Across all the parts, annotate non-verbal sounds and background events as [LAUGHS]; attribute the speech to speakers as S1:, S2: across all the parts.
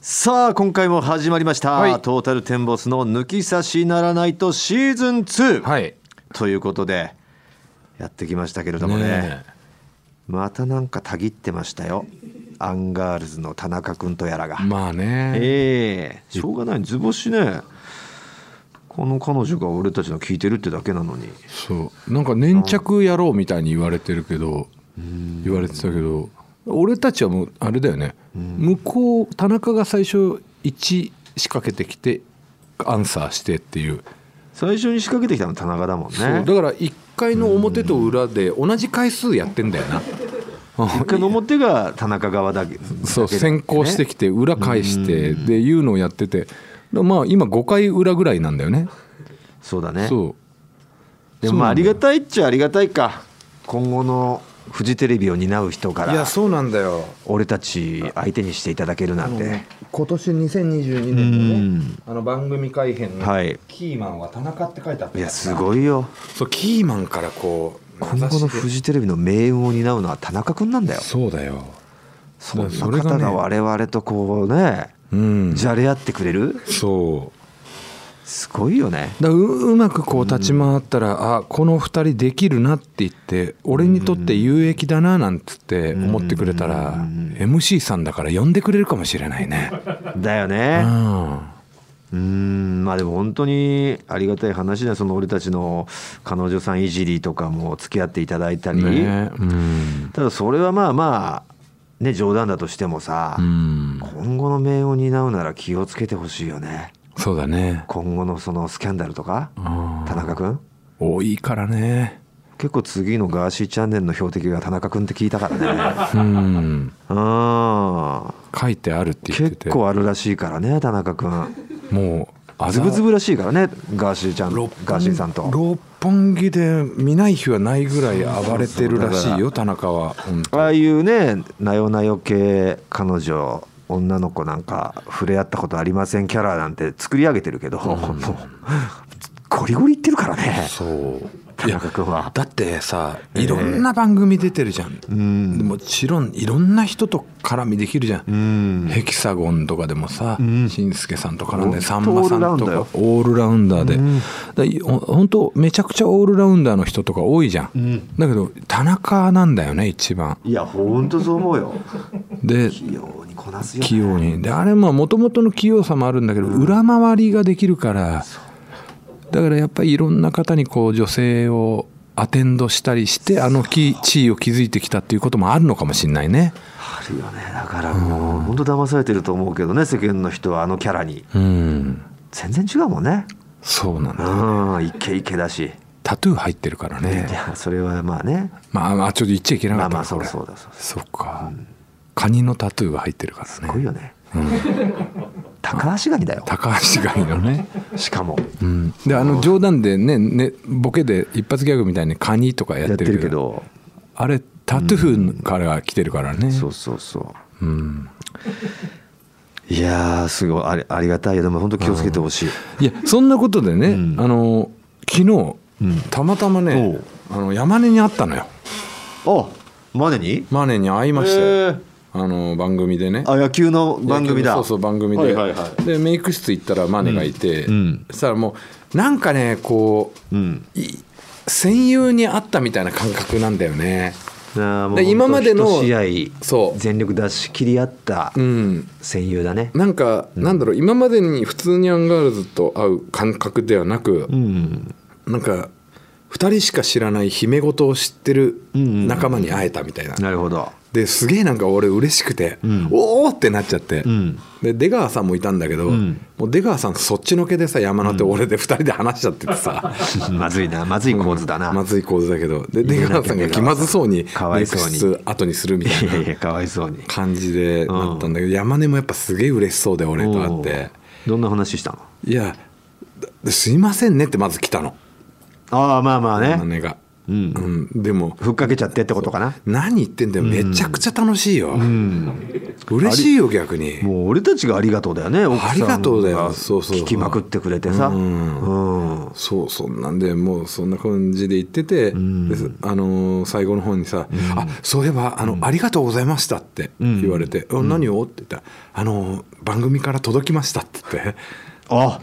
S1: さあ今回も始まりました、
S2: はい
S1: トータルテンボスの抜き差しならないとシーズン2、
S2: はい。
S1: ということでやってきましたけれどもね
S2: え
S1: またなんかたぎってましたよアンガールズの田中君とやらが、
S2: まあね。
S1: ええしょうがない図星ねこの彼女が俺たちの聞いてるってだけなのに
S2: そう。なんか粘着やろうみたいに言われてるけど、言われてたけど、俺たちはもうあれだよね。向こう田中が最初1仕掛けてきてアンサーしてっていう。
S1: 最初に仕掛けてきたの田中だもん
S2: そう
S1: ね
S2: だから1回の表と裏で同じ回数やってんだよな。
S1: 一回の表が田中側だけ
S2: そう
S1: だけだ
S2: 先行してきて裏返してでいうのをやっててだまあ今5回裏ぐらいなんだよね
S1: そうだね
S2: そう
S1: でもまあありがたいっちゃありがたいか今後のフジテレビを担う人から
S2: そうなんだよ
S1: 俺たち相手にしていただけるなんて
S2: 今年2022年のねあの番組改編
S1: はい
S2: キーマンは田中って書いてあっ
S1: いやす
S2: い
S1: ごいよ
S2: そうキーマンからこう
S1: 今後のフジテレビの命運を担うのは田中君なんだよ
S2: そうだよ
S1: そん
S2: だ
S1: な
S2: からそれが
S1: 方
S2: ね
S1: が我々とこうね
S2: うん
S1: じゃれ合ってくれる
S2: そう
S1: すごいよね
S2: だううまくこう立ち回ったら、あこの2人できるなって言って俺にとって有益だななんつって思ってくれたら、MC さんだから呼んでくれるかもしれないね。
S1: だよ
S2: う
S1: ね
S2: ん
S1: うんまあでも本当にありがたい話だよその俺たちの彼女さんいじりとかも付き合っていただいたり、
S2: ねうん
S1: ただそれはまあまあね冗談だとしてもさ、
S2: うん、
S1: 今後の命を担うなら気をつけてほしいよね
S2: そうだね。
S1: 今後のそのスキャンダルとか
S2: うん
S1: 田中君
S2: 多いからね。
S1: 結構次のガーシーチャンネルの標的が田中君って聞いたからね
S2: [LAUGHS] うん、
S1: うん
S2: 書いてあるって言ってて
S1: 結構あるらしいからね田中君
S2: もうあざ
S1: ズブズブらしいからねガーシーちゃん
S2: 六
S1: ガーシーさんと
S2: 六本木で見ない日はないぐらい暴れてるらしいよ田中は。うん
S1: ああいうねなよなよ系彼女女の子なんか触れ合ったことありませんキャラなんて作り上げてるけど、もうゴリゴリ言ってるからね
S2: そう
S1: 田中君は
S2: だってさいろんな番組出てるじゃん、
S1: ん
S2: でもちろんいろんな人と絡みできるじゃ
S1: う
S2: ん、
S1: ん
S2: ヘキサゴンとかでもさ、しんすけさんと絡んで、さんまさんとか、オールラウンダーで、だいほ本当、めちゃくちゃオールラウンダーの人とか多いじゃん、だけど、田中なんだよね、一番。
S1: いや本当そう思うよ
S2: で、
S1: 器用にこなすよ
S2: 器用に。で、あれ、もともとの器用さもあるんだけど、裏回りができるから、だからやっぱりいろんな方にこう女性をアテンドしたりしてあのき地位を築いてきたっていうこともあるのかもしれないね。
S1: あるよねだからもう本当騙されてると思うけどね世間の人はあのキャラに
S2: うん、
S1: 全然違うもんね
S2: そうなん
S1: う
S2: だ。
S1: んイケイケだし
S2: タトゥー入ってるから
S1: い
S2: ね。
S1: やそれはまあね
S2: まあ、あちょっと言っちゃいけなか
S1: ま
S2: っ
S1: あ
S2: た
S1: ま
S2: な
S1: あそ
S2: こ
S1: う
S2: れ
S1: そうだそうだす
S2: そっか、カニのタトゥーが入ってるか
S1: ご
S2: ら
S1: い
S2: ね。
S1: よね、高橋ガニだよ
S2: 高橋がいのね。
S1: しかも
S2: うん、であの冗談でねねボケで一発ギャグみたいにカニとかや
S1: や
S2: っ
S1: ってて
S2: るけ
S1: る
S2: ど
S1: けど
S2: あれタトゥーから来てるからね。
S1: そうそうそう
S2: うん
S1: いやーすごいありありがたいよでも本当気をつけてほしい、
S2: いやそんなことでね、
S1: ん
S2: あの昨日、たまたま
S1: お
S2: ね
S1: う
S2: あの山根に会ったのよ
S1: あまでに
S2: マネに会いましたよ、
S1: へー
S2: あの番組でね
S1: あ野球の番組だ
S2: そうそう番組で、
S1: はいはいは
S2: でメイク室行ったらマネがいて、
S1: うんうん
S2: そしたらもうなんかねこう、
S1: うん
S2: い戦友に会ったみたいな感覚なんだよね
S1: あーもう
S2: で今までの
S1: 本当一試
S2: そ
S1: 合
S2: う
S1: 全力出し切り合った
S2: うん
S1: 戦友だね、
S2: なんか、なんだろう今までに普通にアンガールズと会う感覚ではなく、
S1: うん、
S2: なんか2人しか知らない姫事を知ってる
S1: うんうんうん
S2: 仲間に会えたみたいな、
S1: なるほど [LAUGHS]
S2: ですげえなんか俺嬉しくて、
S1: ん
S2: おおってなっちゃって、
S1: ん
S2: で出川さんもいたんだけど、
S1: ん
S2: もう出川さんそっちのけでさ山の手俺で2人で話しちゃってて
S1: [LAUGHS]
S2: さ、
S1: まずいなまずい構図だな、
S2: まずい構図だけどで
S1: 入
S2: 出
S1: れな
S2: 川
S1: きゃ
S2: さんが気まずそうに
S1: かわいそうに
S2: メイク室後にするみたい
S1: いやい
S2: な
S1: やかわいそうに
S2: 感じでなったんだけど、山根もやっぱすげえ嬉しそうで俺と会って
S1: おーどんな話したの
S2: 「いやだすいませんね」ってまず来たの
S1: ああまあまあ
S2: 山
S1: ね
S2: 根が。
S1: うん
S2: うん、でも
S1: ふっかけちゃってってことかな
S2: 何言ってんだよめちゃくちゃ楽しいよ、嬉しいよ逆に
S1: もう俺たちがありがとうだよね奥さん
S2: ありがとうだよそうそう
S1: 聞きまくってくれてさうん
S2: そうそんなんでもうそんな感じで言ってて、であのー最後の方にさ「あそういえばあの、ありがとうございました」って言われて「お何を?」って言ったら「あのー番組から届きました」って言って [LAUGHS]
S1: あ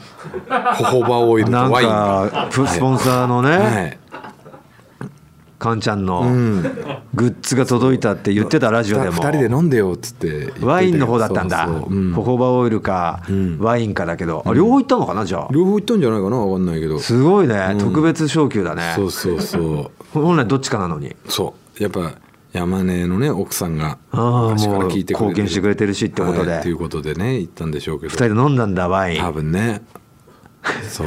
S2: ホホバオイルと
S1: なん
S2: ワインが。
S1: かプスポンサーのね、
S2: はい
S1: カンちゃんのグッズが届いたって言ってたラジオで
S2: 2
S1: も
S2: 人で飲んでよっつって言ってて
S1: ワインの方だったんだ
S2: そうそううん
S1: ホホバオイルかワインかだけど、あ両方行ったのかなじゃあ
S2: 両方行ったんじゃないかな分かんないけどそ
S1: すごいね、特別昇級だね
S2: うそうそう
S1: 本来どっちかなのに
S2: そうやっぱ山根のね奥さんが
S1: ああ
S2: 昔から
S1: もう
S2: 聞いてくれてる
S1: 貢献してくれてるしってことで
S2: はいということでね行ったんでしょうけど
S1: 二人で飲んだんだワイン
S2: 多分ねそ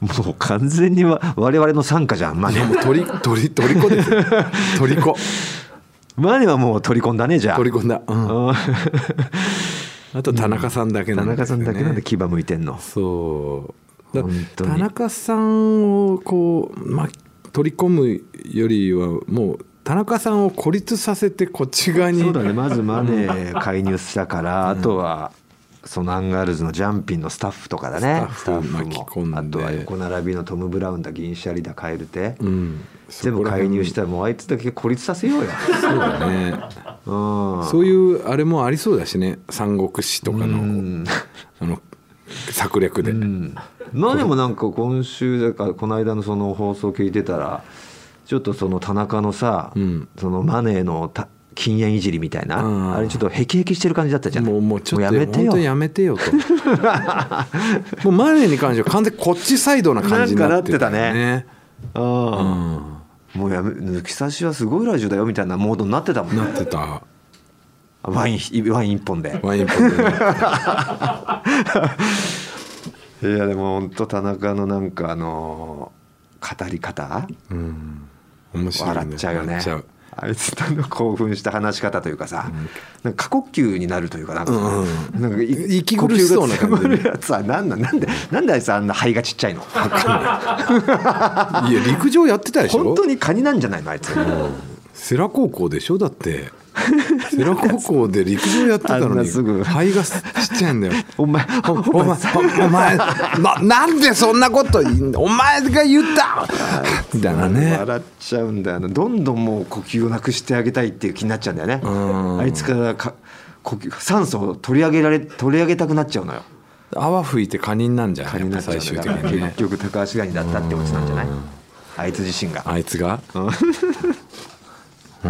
S1: もう完全にわ我々の参加じゃんマ
S2: うい
S1: ネ
S2: やもう鳥鳥鳥子ですよ鳥子
S1: マネはもう取り込んだねじゃあ
S2: 鳥子だ、うん、
S1: うん
S2: あと田中さんだけな
S1: 田
S2: ん
S1: 中
S2: です
S1: さ
S2: よ
S1: ん
S2: ね
S1: だけなんで牙向いてんの
S2: そうだ
S1: 本当に
S2: 田中さんをこう、ま、取り込むよりはもう田中さんを孤立させてこっち側に
S1: そうだねまずマネー介入したから、あとはそのアンガールズのジャンピンのスタッフとかだね
S2: スタッフ巻き込んで
S1: あとは横並びのトム・ブラウンだ銀シャリだカエルテ、
S2: うん、
S1: 全部介入したらもうあいつだけ孤立させ
S2: [LAUGHS]
S1: ようよ、
S2: そうだね
S1: うん、
S2: そういうあれもありそうだしね三国志とかの [LAUGHS] あの策略で、
S1: まあでもなんか今週だからこの間のその放送聞いてたらちょっとその田中のさ、
S2: ん
S1: そのマネーのた禁煙いじりみたいな、
S2: うん
S1: あれちょっとへきへきしてる感じだったじゃん
S2: もうもうちょっと
S1: やめて
S2: 本
S1: よ
S2: 当にやめてよと [LAUGHS] もうマネーに関しては完全にこっちサイドな感じになってよ
S1: なんかな
S2: ね
S1: うん
S2: うん
S1: もうやめ抜き差しはすごいラジオだよみたいなモードになってたもん
S2: な
S1: ね
S2: ってた
S1: ワインワイン一本で
S2: ワインポンでね
S1: いやでも本当田中のなんかあの語り方
S2: うん面白いね
S1: 笑っちゃうよね
S2: 笑っちゃう
S1: あいつの興奮した話し方というかさ、なんか過呼吸になるというかなんか,、
S2: うん
S1: なんかい
S2: 息苦しそうな感じ
S1: 呼吸が詰まるやつはなんなんなんでなんであいつあんな肺がちっちゃいの
S2: いや陸上やってたでしょ
S1: 本当にカニなんじゃないのあいつ
S2: 世羅高校でしょだって世羅高校で陸上やってた
S1: あん
S2: の
S1: な
S2: に
S1: すぐ
S2: 肺がすちっちゃいんだよ
S1: お前
S2: おお前おお前ななんでそんなこと言うんだお前が言ったみたいなね
S1: 笑っちゃうんだよなどんどんもう呼吸をなくしてあげたいっていう気になっちゃうんだよね
S2: ん
S1: あいつからか呼吸酸素を取り上げられ取り上げたくなっちゃうのよ
S2: 泡吹いてカニになんじゃ
S1: 蚊
S2: ない
S1: になっちゃうん
S2: 最終
S1: だ
S2: 的
S1: から
S2: にね
S1: 結局高橋ガニだったってオチなんじゃないあいつ自身が
S2: あいつがう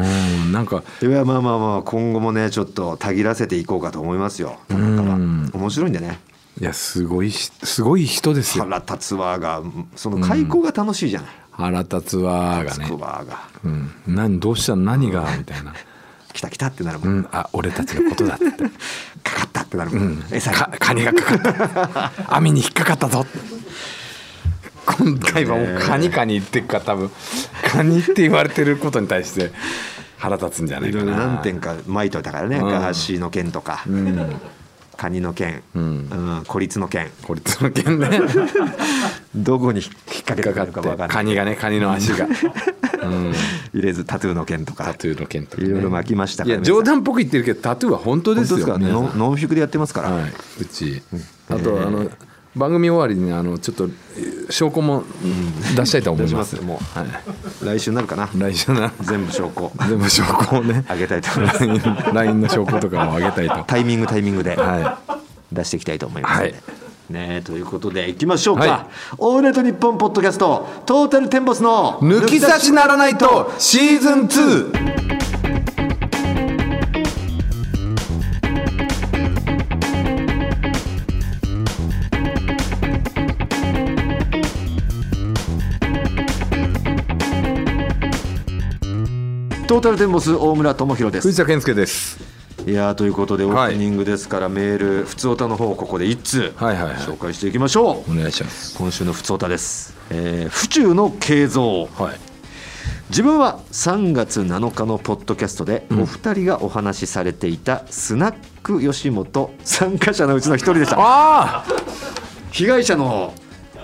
S2: んなんか
S1: いやまあまあまあ今後もねちょっとたぎらせていこうかと思いますよ田中は面白いんでね
S2: いやすごいしすごい人ですよ
S1: 腹立つわがその開口が楽しいじゃない
S2: 腹立つわーが
S1: つ
S2: ね
S1: くわが
S2: うん何どうしたの何がみたいな
S1: 来た来たってなるも
S2: うんんあ俺たちのことだって
S1: かかったってなるもん餌に
S2: かカニがかかった網に引っかかったぞ今回はもうカニカニ言ってっから多分カニって言われてることに対して腹立つんじゃない
S1: いろ
S2: か
S1: いろ
S2: な
S1: 何点か巻いといたからね、
S2: ん
S1: ガーシーの件とか、カニの件、うん孤立の件
S2: これその件ね
S1: どこに引っ掛けて
S2: か
S1: くれ
S2: かっ
S1: るか分か
S2: て
S1: んな
S2: カ
S1: い
S2: ニがねカニの足が
S1: 入れずタトゥーの件とか
S2: タトゥーの件とか、ね、
S1: いろいろ巻きました
S2: い
S1: から
S2: や冗談っぽく言ってるけどタトゥーは本当で
S1: 本
S2: す
S1: 当
S2: よ
S1: ですからね
S2: 皆さん
S1: ノンノンフィクでやってますから、
S2: はい、うち、あとあの番組終わりにあのちょっとえー証拠も出したいと思います
S1: 出します
S2: は、
S1: 来週になるかない
S2: 来週な
S1: 全部証拠
S2: 全部証拠をね
S1: あげたいと思います
S2: LINE の証拠とかもあげたいと
S1: タイミングタイミングで
S2: は
S1: 出していきたいと思いますので、
S2: はい
S1: ねえということでいきましょうか、
S2: はい
S1: オールナイトニッポンポッドキャストトータルテンボスの
S2: い、抜き差しならないとシーズン 2!
S1: トータルテンボス大村智広です
S2: 藤田健介です
S1: いやーということでオー
S2: はい
S1: プニングですから、メールふつおたの方をここで一通
S2: はいはいはい
S1: 紹介していきましょう、
S2: お願いします
S1: 今週のふつおたです、えー府中の慶三
S2: はい
S1: 自分は3月7日のポッドキャストでお二人がお話しされていたスナック吉本参加者のうちの一人でした
S2: ああ
S1: 被害者の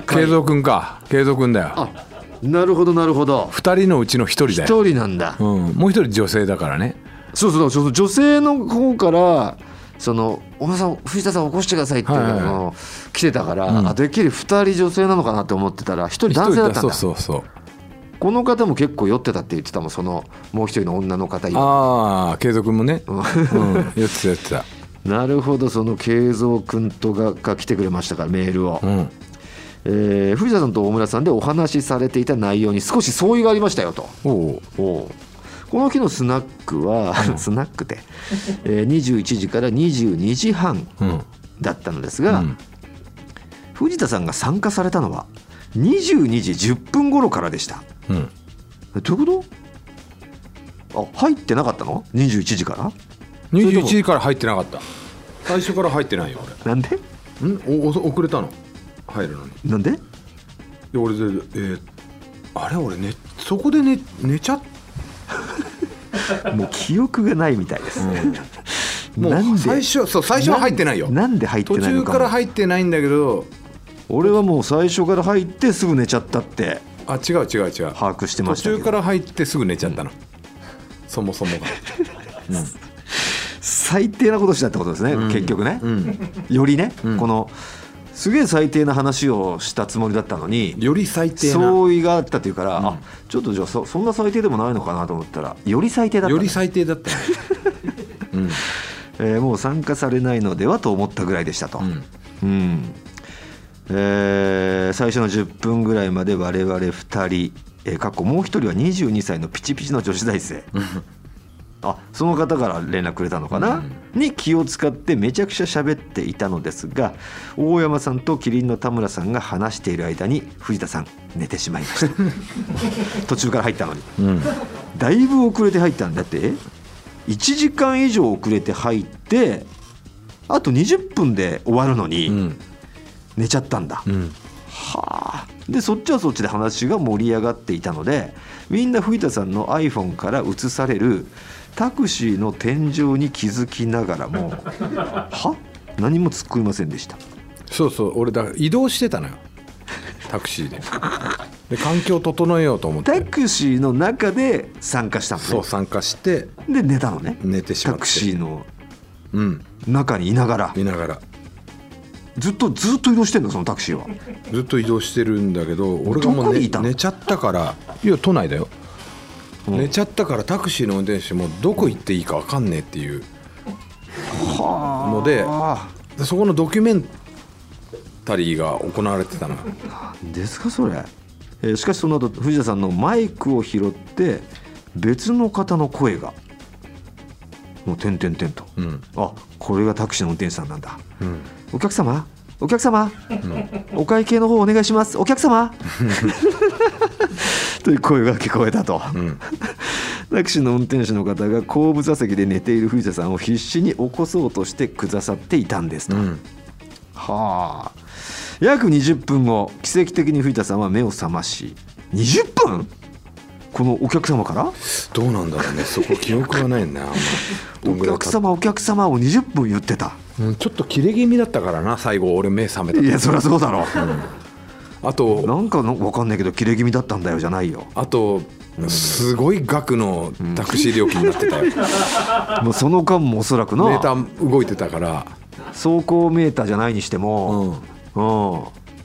S2: 慶三君か慶三君だよ
S1: あなるほどなるほど
S2: 2人のうちの1人だ
S1: 一
S2: よ、
S1: 人なんだ、
S2: うん、もう1人女性だからね
S1: そうそうそうそう女性の方からその「おばさん藤田さん起こしてください」っていうのが
S2: はいはい
S1: 来てたから、
S2: うん
S1: あてっきり2人女性なのかなって思ってたら1人
S2: 一
S1: 男性だったんだ
S2: そうそうそう
S1: この方も結構酔ってたって言ってたもんそのもう一人の女の方に
S2: ああ継続もね、うん、やってたやってた、
S1: なるほどその慶三君とがが来てくれましたからメールを、
S2: うん、
S1: えー藤田さんと大村さんでお話しされていた内容に少し相違がありましたよと
S2: おお
S1: おうこの日のスナックは、 [LAUGHS] スナックで、えー21時から22時半
S2: うん
S1: だったのですが、
S2: うん
S1: 藤田さんが参加されたのは22時10分頃からでした
S2: うん
S1: えどういうことあ入ってなかったの21時から
S2: 21時から入ってなかった最初から入ってないよ
S1: なんで
S2: 俺んおお遅れたの入るのに
S1: なんで
S2: で俺で、えーあれ俺、ね、そこで寝寝ちゃっ
S1: もう記憶がないみたいですね、
S2: も
S1: なん
S2: う
S1: で
S2: 最初そう最初は入ってないよ
S1: なんで入って
S2: 途
S1: ないの
S2: 中
S1: か
S2: から入ってないんだけど
S1: 俺はもう最初から入ってすぐ寝ちゃったって
S2: あ違う違う違う
S1: 把握してま
S2: 途
S1: したけど
S2: 中から入ってすぐ寝ちゃったの、そもそもが、
S1: 最低なことしたってことですね、
S2: うん
S1: 結局ね、
S2: うん、
S1: よりね、
S2: うん
S1: このすげえ最低な話をしたつもりだったのに
S2: より最低な
S1: 相違があったっていうから、あちょっとじゃあそそんな最低でもないのかなと思ったらより最低だった
S2: よ
S1: ね、
S2: り最低だったねうん
S1: えーもう参加されないのではと思ったぐらいでしたと、
S2: うん
S1: うんえー最初の10分ぐらいまで我々2人、えー、かっこもう1人は22歳のピチピチの女子大生あその方から連絡くれたのかな、に気を使ってめちゃくちゃ喋っていたのですが大山さんとキリンの田村さんが話している間に藤田さん寝てしまいました途中から入ったのに
S2: うん
S1: だいぶ遅れて入ったんだって1時間以上遅れて入ってあと20分で終わるのに、
S2: うん
S1: 寝ちゃったんだ、
S2: うん
S1: はあでそっちはそっちで話が盛り上がっていたのでみんな藤田さんの iPhone から映されるタクシーの天井に気づきながら
S2: [LAUGHS]
S1: もは何も突っ込みませんでした
S2: そうそう俺だから移動してたのよタクシーでで環境整えようと思っ
S1: タ
S2: て
S1: クシーの中で参加したのね
S2: そう参加して
S1: で寝たのね
S2: 寝てしまっ
S1: タ
S2: て
S1: クシーの
S2: うん
S1: 中にいながら
S2: 見ながら
S1: ずっとずっと移動してんのそのタクシーは
S2: ずっと移動してるんだけど俺がも
S1: ど
S2: う
S1: こに
S2: 寝
S1: いたの
S2: 寝ちゃったからいや都内だよ、
S1: うん
S2: 寝ちゃったからタクシーの運転手もどこ行っていいか分かんねえっていうので
S1: あ
S2: でそこのドキュメンタリーが行われてたのよ
S1: なんですかそれ、えーしかしその後藤田さんのマイクを拾って別の方の声がもう点々点と、
S2: うん
S1: あこれがタクシーの運転手さんなんだ
S2: うん
S1: お客様お客様、お会計の方お願いしますお客様 [LAUGHS] という声が聞こえたと、
S2: うん
S1: タクシーの運転手の方が後部座席で寝ている藤田さんを必死に起こそうとしてくださっていたんですと、
S2: うん
S1: はあ約20分後奇跡的に藤田さんは目を覚まし20分このお客様から
S2: どうなんだろうねそこ記憶がないんだよ
S1: [LAUGHS]
S2: あんまどん
S1: お
S2: ぐらい
S1: 客
S2: 経っ
S1: 様お客様を20分言ってた
S2: うんちょっと切れ気味だったからな最後俺目覚めた
S1: いやそりゃそうだろ
S2: あと
S1: なんかの分かんないけど切れ気味だったんだよじゃないよ
S2: あとすごい額のタクシー料金になってたよ、
S1: もうその間もおそらく
S2: メータ
S1: な
S2: ー動いてたから
S1: 走行メーターじゃないにしても
S2: うん
S1: うん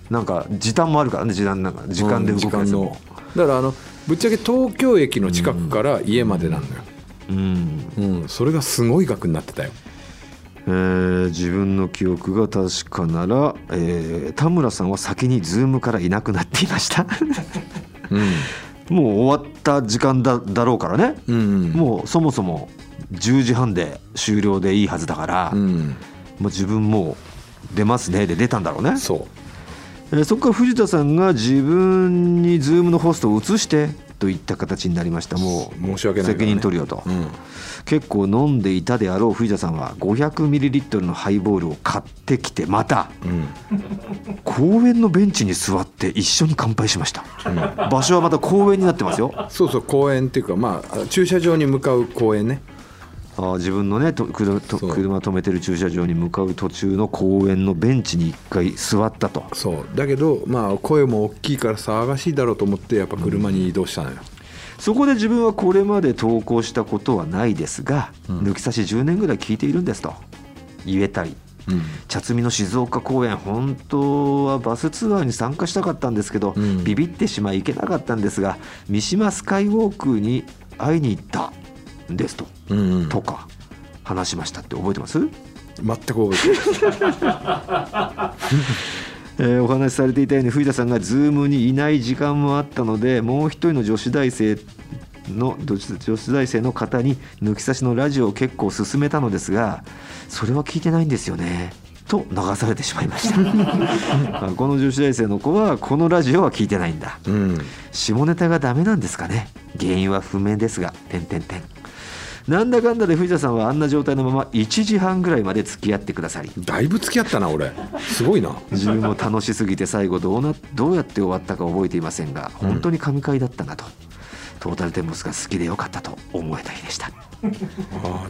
S1: なんか時短もあるからね時短なんか時間で動くやつ
S2: うん
S1: も
S2: 時間のだからあのぶっちゃけ東京駅の近くから家までなんだよ、
S1: うん
S2: うんそれがすごい額になってたよ
S1: えー自分の記憶が確かなら、えー田村さんは先にズームからいなくなっていました
S2: うん、
S1: もう終わった時間だだろうからね、
S2: うんうん
S1: もうそもそも10時半で終了でいいはずだから、
S2: う
S1: も
S2: ん、
S1: う自分もう出ますねで出たんだろうね、
S2: そ
S1: えーそこから藤田さんが自分にズームのホストを移してといった形になりましたもう
S2: 申し訳ないか
S1: 責
S2: らね
S1: 任取るよと、
S2: う、うん、
S1: 結構飲んでいたであろう藤田さんは 500ml のハイボールを買ってきてまた
S2: うん、
S1: 公園のベンチに座って一緒に乾杯しました、場所はまた公園になってますよ
S2: そうそう公園っていうかまあ駐車場に向かう公園ね
S1: あー自分のねと車と
S2: そう
S1: 車止めてる駐車場に向かう途中の公園のベンチに一回座ったと
S2: そうだけどまあ声も大きいから騒がしいだろうと思ってやっぱ車に移動したのよ、
S1: そこで自分はこれまで投稿したことはないですが、抜き差し10年ぐらい聞いているんですと言えたり
S2: うん
S1: 茶摘みの静岡公演本当はバスツアーに参加したかったんですけど、
S2: うん
S1: ビビってしまい行けなかったんですが三島スカイウォークに会いに行ったんですと、
S2: うんうん、
S1: とか話しましたって覚えてます、
S2: 全く覚えてない
S1: えーお話しされていたように藤田さんが Zoom にいない時間もあったのでもう一人の女子大生の女子女子大生の方に抜き差しのラジオを結構勧めたのですがそれは聞いてないんですよねと流されてしまいましたあこの女子大生の子はこのラジオは聞いてないんだ
S2: うん
S1: 下ネタがダメなんですかね原因は不明ですが点々点なんだかんだで藤田さんはあんな状態のまま1時半ぐらいまで付き合ってくださり
S2: だいぶ付き合ったな俺すごいな
S1: 自分も楽しすぎて最後どうなどうやって終わったか覚えていませんが本当に神回だったなと、トータルテンボスが好きでよかったと思えた日でした
S2: あ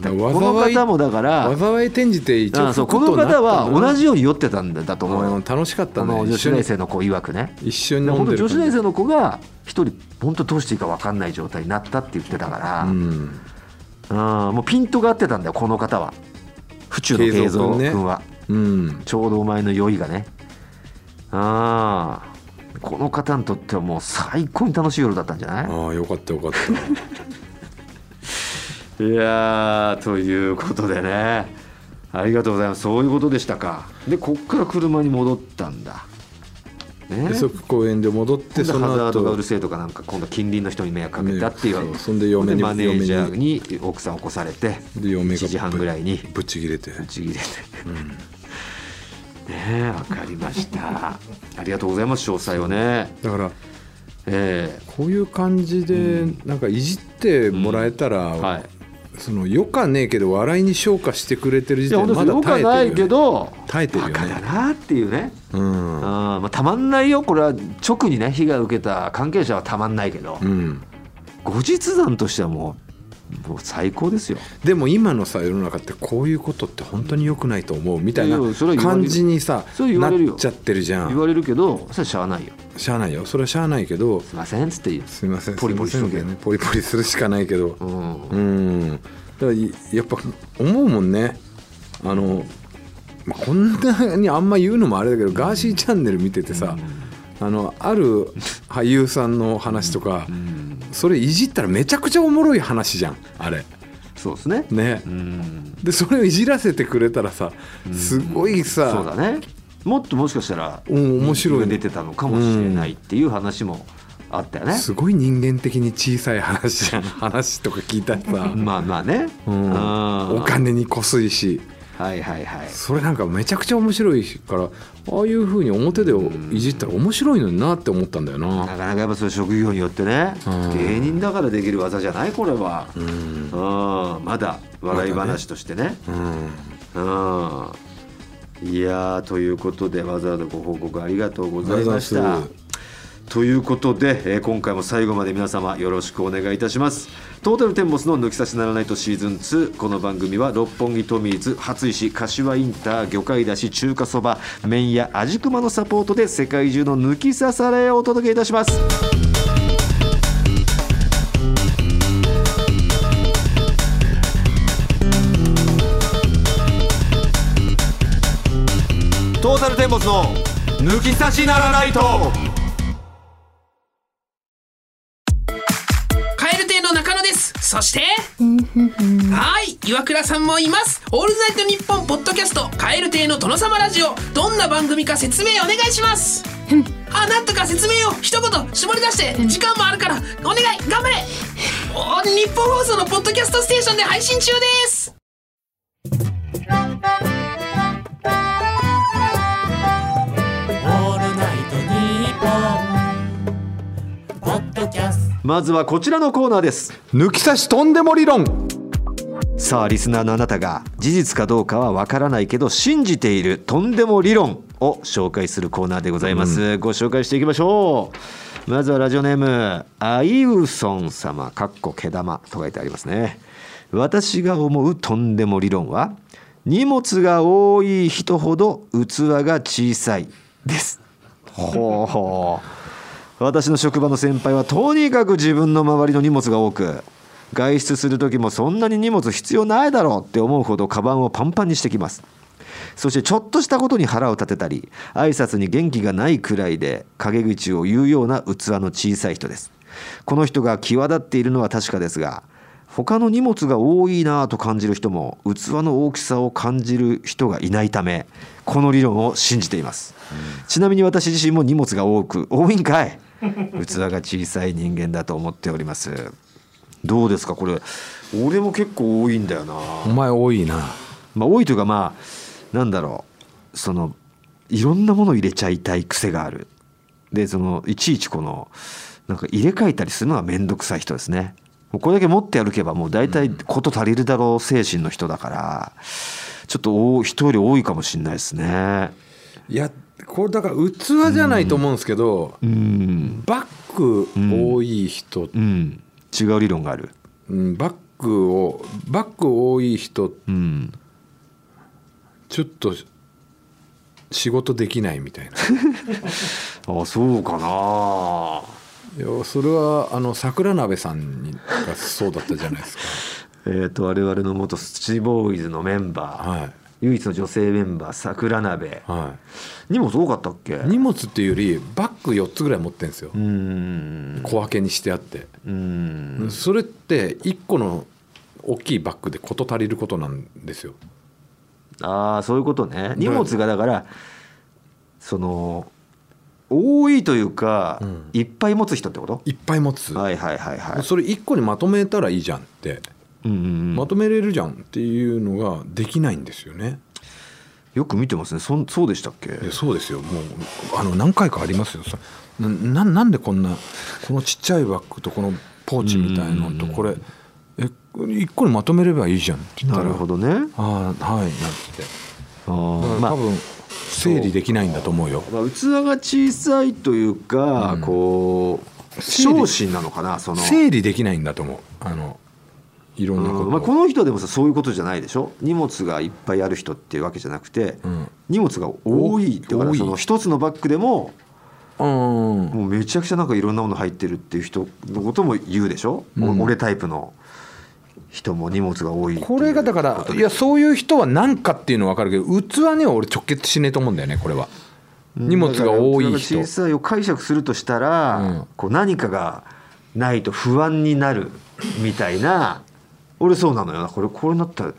S1: [LAUGHS] この方もだからあ
S2: 災い転じて一応
S1: あそうこの方は同じように酔ってたんだと思うよ、
S2: 楽しかった
S1: こ
S2: ね
S1: の女子大生の子曰くね
S2: 一緒に
S1: で
S2: 飲
S1: 本
S2: んで
S1: 当女
S2: る
S1: 子大
S2: 生
S1: 生の子が一人本当どうしていいか分かんない状態になったって言ってたから、
S2: う
S1: うん
S2: ん
S1: もうピントが合ってたんだよこの方は府中の慶三
S2: 慶三
S1: 君
S2: 君
S1: は。
S2: うん
S1: ちょうどお前の酔いがね。ああ、この方にとってはもう最高に楽しい夜だったんじゃない
S2: ああよかったよ
S1: [LAUGHS]
S2: かった
S1: いやー、ということでね。ありがとうございます。そういうことでしたか。で、こっから車に戻ったんだ。ね
S2: で。即公園で戻って
S1: で
S2: そ
S1: ハザ
S2: の
S1: ードがう
S2: 後
S1: るせえとかなんか今度近隣の人に迷惑かけたっていう、
S2: ねそうそんで嫁に
S1: マネージャーに奥さん起こされて
S2: で嫁が
S1: 1時半ぐらいに
S2: ぶっちぎれて
S1: ぶち切れて、 [LAUGHS] ねえわかりましたありがとうございます詳細をね
S2: だから
S1: え
S2: こういう感じでなんかいじってもらえた
S1: え
S2: ら
S1: はい
S2: そのよかねえけど笑いに昇華してくれてる時
S1: いや
S2: 点
S1: 本
S2: で
S1: 当
S2: ま
S1: によ
S2: だ
S1: くは
S2: 耐
S1: ない
S2: えて
S1: け
S2: るよね
S1: ど
S2: 耐えてるよね
S1: バカだなっていうね
S2: うん
S1: あーまあ、たまんないよこれは直にね被害を受けた関係者はたまんないけど、
S2: うん
S1: 後日談としてはもうもう最高ですよ
S2: でも今のさ世の中ってこういうことって本当に良くないと思うみたいない
S1: やいやそれは言われる
S2: 感じにさ
S1: それは言
S2: な
S1: われるよ
S2: っちゃってるじゃ
S1: 言
S2: ん
S1: われるけどそれはしゃあないよ
S2: しゃあないよそれはしゃあないけど
S1: すいませんっつって言う
S2: すいません
S1: ポリポリ
S2: すいません
S1: しとけ
S2: ねポリポリするしかないけど
S1: うん
S2: うんだからいやっぱ思うもんねあのまあこんなにあんま言うのもあれだけどガーシーチャンネル見ててさあのある俳優さんの話とか
S1: うん
S2: それいじったらめちゃくちゃおもろい話じゃんあれ
S1: そうですね
S2: ね
S1: うん
S2: でそれをいじらせてくれたらさすごいさ、
S1: そうだねもっともしかしたら
S2: うん面白い
S1: 人気が出てたのかもしれないっていう話もあったよね、
S2: すごい人間的に小さい話じゃん話とか聞いたらさ、
S1: まあまあね、
S2: うん
S1: あー
S2: お金にこすいし
S1: はいはいはい
S2: それなんかめちゃくちゃ面白いからああいうふうに表でいじったら面白いのになって思ったんだよ
S1: な
S2: な。
S1: かなかやっぱそういう職業によってね、
S2: うん
S1: 芸人だからできる技じゃないこれは、う
S2: うんん
S1: まだ笑い話としてね
S2: うん
S1: うんいやーということでわざわざご報告ありがとうございまし
S2: ありが
S1: た
S2: とうございま
S1: ということで、えー今回も最後まで皆様よろしくお願いいたしますトータルテンボスの抜き差しならないとシーズン2この番組は六本木トミーズ初石柏インター魚介だし中華そば麺や味熊のサポートで世界中の抜き差されをお届けいたしますトータルテンボスの抜き差しならないと
S3: 蛙亭の中野ですそしてはい岩倉さんもいます「オールナイトニッポン」ポッドキャスト「蛙亭の殿様ラジオ」どんな番組か説明お願いしますあなんとか説明を一言絞り出して時間もあるからお願い頑張れお日本放送のポッドキャストステーションで配信中です
S1: まずはこちらのコーナーです
S2: 抜き差しとんでも理論
S1: さあリスナーのあなたが事実かどうかはわからないけど信じているとんでも理論を紹介するコーナーでございます、ご紹介していきましょうまずはラジオネームアイウソン様かっこ毛玉と書いてありますね私が思うとんでも理論は荷物が多い人ほど器が小さいです。ほうほう私の職場の先輩はとにかく自分の周りの荷物が多く外出する時もそんなに荷物必要ないだろうって思うほどカバンをパンパンにしてきますそしてちょっとしたことに腹を立てたり挨拶に元気がないくらいで陰口を言うような器の小さい人ですこの人が際立っているのは確かですが他の荷物が多いなぁと感じる人も器の大きさを感じる人がいないためこの理論を信じています、ちなみに私自身も荷物が多く多いんかい器が小さい人間だと思っておりますどうですかこれ俺も結構多いんだよな
S2: お前多いな
S1: まあ、多いというかまあなんだろうそのいろんなものを入れちゃいたい癖があるでそのいちいちこのなんか入れ替えたりするのが面倒くさい人ですねもうこれだけ持って歩けばもう大体事足りるだろう精神の人だからちょっと多い人より多いかもしれないですね
S2: いやこれだから器じゃないと思うんですけど、
S1: うん
S2: バッグ多い人、
S1: うん違う理論がある
S2: うんバッグをバッグ多い人
S1: うん
S2: ちょっと仕事できないみたいな [LAUGHS]
S1: あそうかない
S2: やそれはあの桜鍋さんにがそうだったじゃないですか
S1: えっ、と我々の元スチボーイズのメンバー、
S2: はい
S1: 唯一の女性メンバー桜鍋
S2: は
S1: 荷物多かったっけ
S2: い荷物っていうよりバッグ4つぐらい持ってるんですよ
S1: うーん
S2: 小分けにしてあって、
S1: うーん
S2: それって1個の大きいバッグで事足りることなんですよ
S1: ああそういうことね荷物がだからその多いというか、
S2: うん
S1: いっぱい持つ人ってこと
S2: いっぱい持つ、
S1: はいはいはいはい
S2: それ1個にまとめたらいいじゃんって、
S1: うんうんうん
S2: まとめれるじゃんっていうのができないんですよね
S1: よく見てますねそんそうでしたっけ
S2: いやそうですよもうあの何回かありますよそなななんでこんなこのちっちゃいバッグとこのポーチみたいのとこれえ一個にまとめればいいじゃんって言った
S1: な
S2: ら
S1: るほどね
S2: ああはいなんつっ
S1: あ
S2: てだか
S1: ー
S2: ら
S1: まあ
S2: 多分整理できないんだと思うよ
S1: まあ器が小さいというか、
S2: うん
S1: こう
S2: 整理
S1: 昇進なのかなその
S2: 整理できないんだと思うあのいろんなこと
S1: う
S2: を
S1: んまあ、この人でもさそういうことじゃないでしょ荷物がいっぱいある人っていうわけじゃなくて、
S2: うん
S1: 荷物が多いだから
S2: 多い
S1: その一つのバッグでも
S2: うん
S1: もうめちゃくちゃなんかいろんなもの入ってるっていう人のことも言うでしょ、
S2: うん
S1: お俺タイプの人も荷物が多いっていう
S2: これがだからいやそういう人は何かっていうのは分かるけど器には俺直結しねえと思うんだよねこれは
S1: うん
S2: 荷物が多
S1: だか
S2: い人
S1: ら器が小さいを解釈するとしたら、
S2: うん
S1: こう何かがないと不安になるみたいな俺そうなのよなこれこれなったら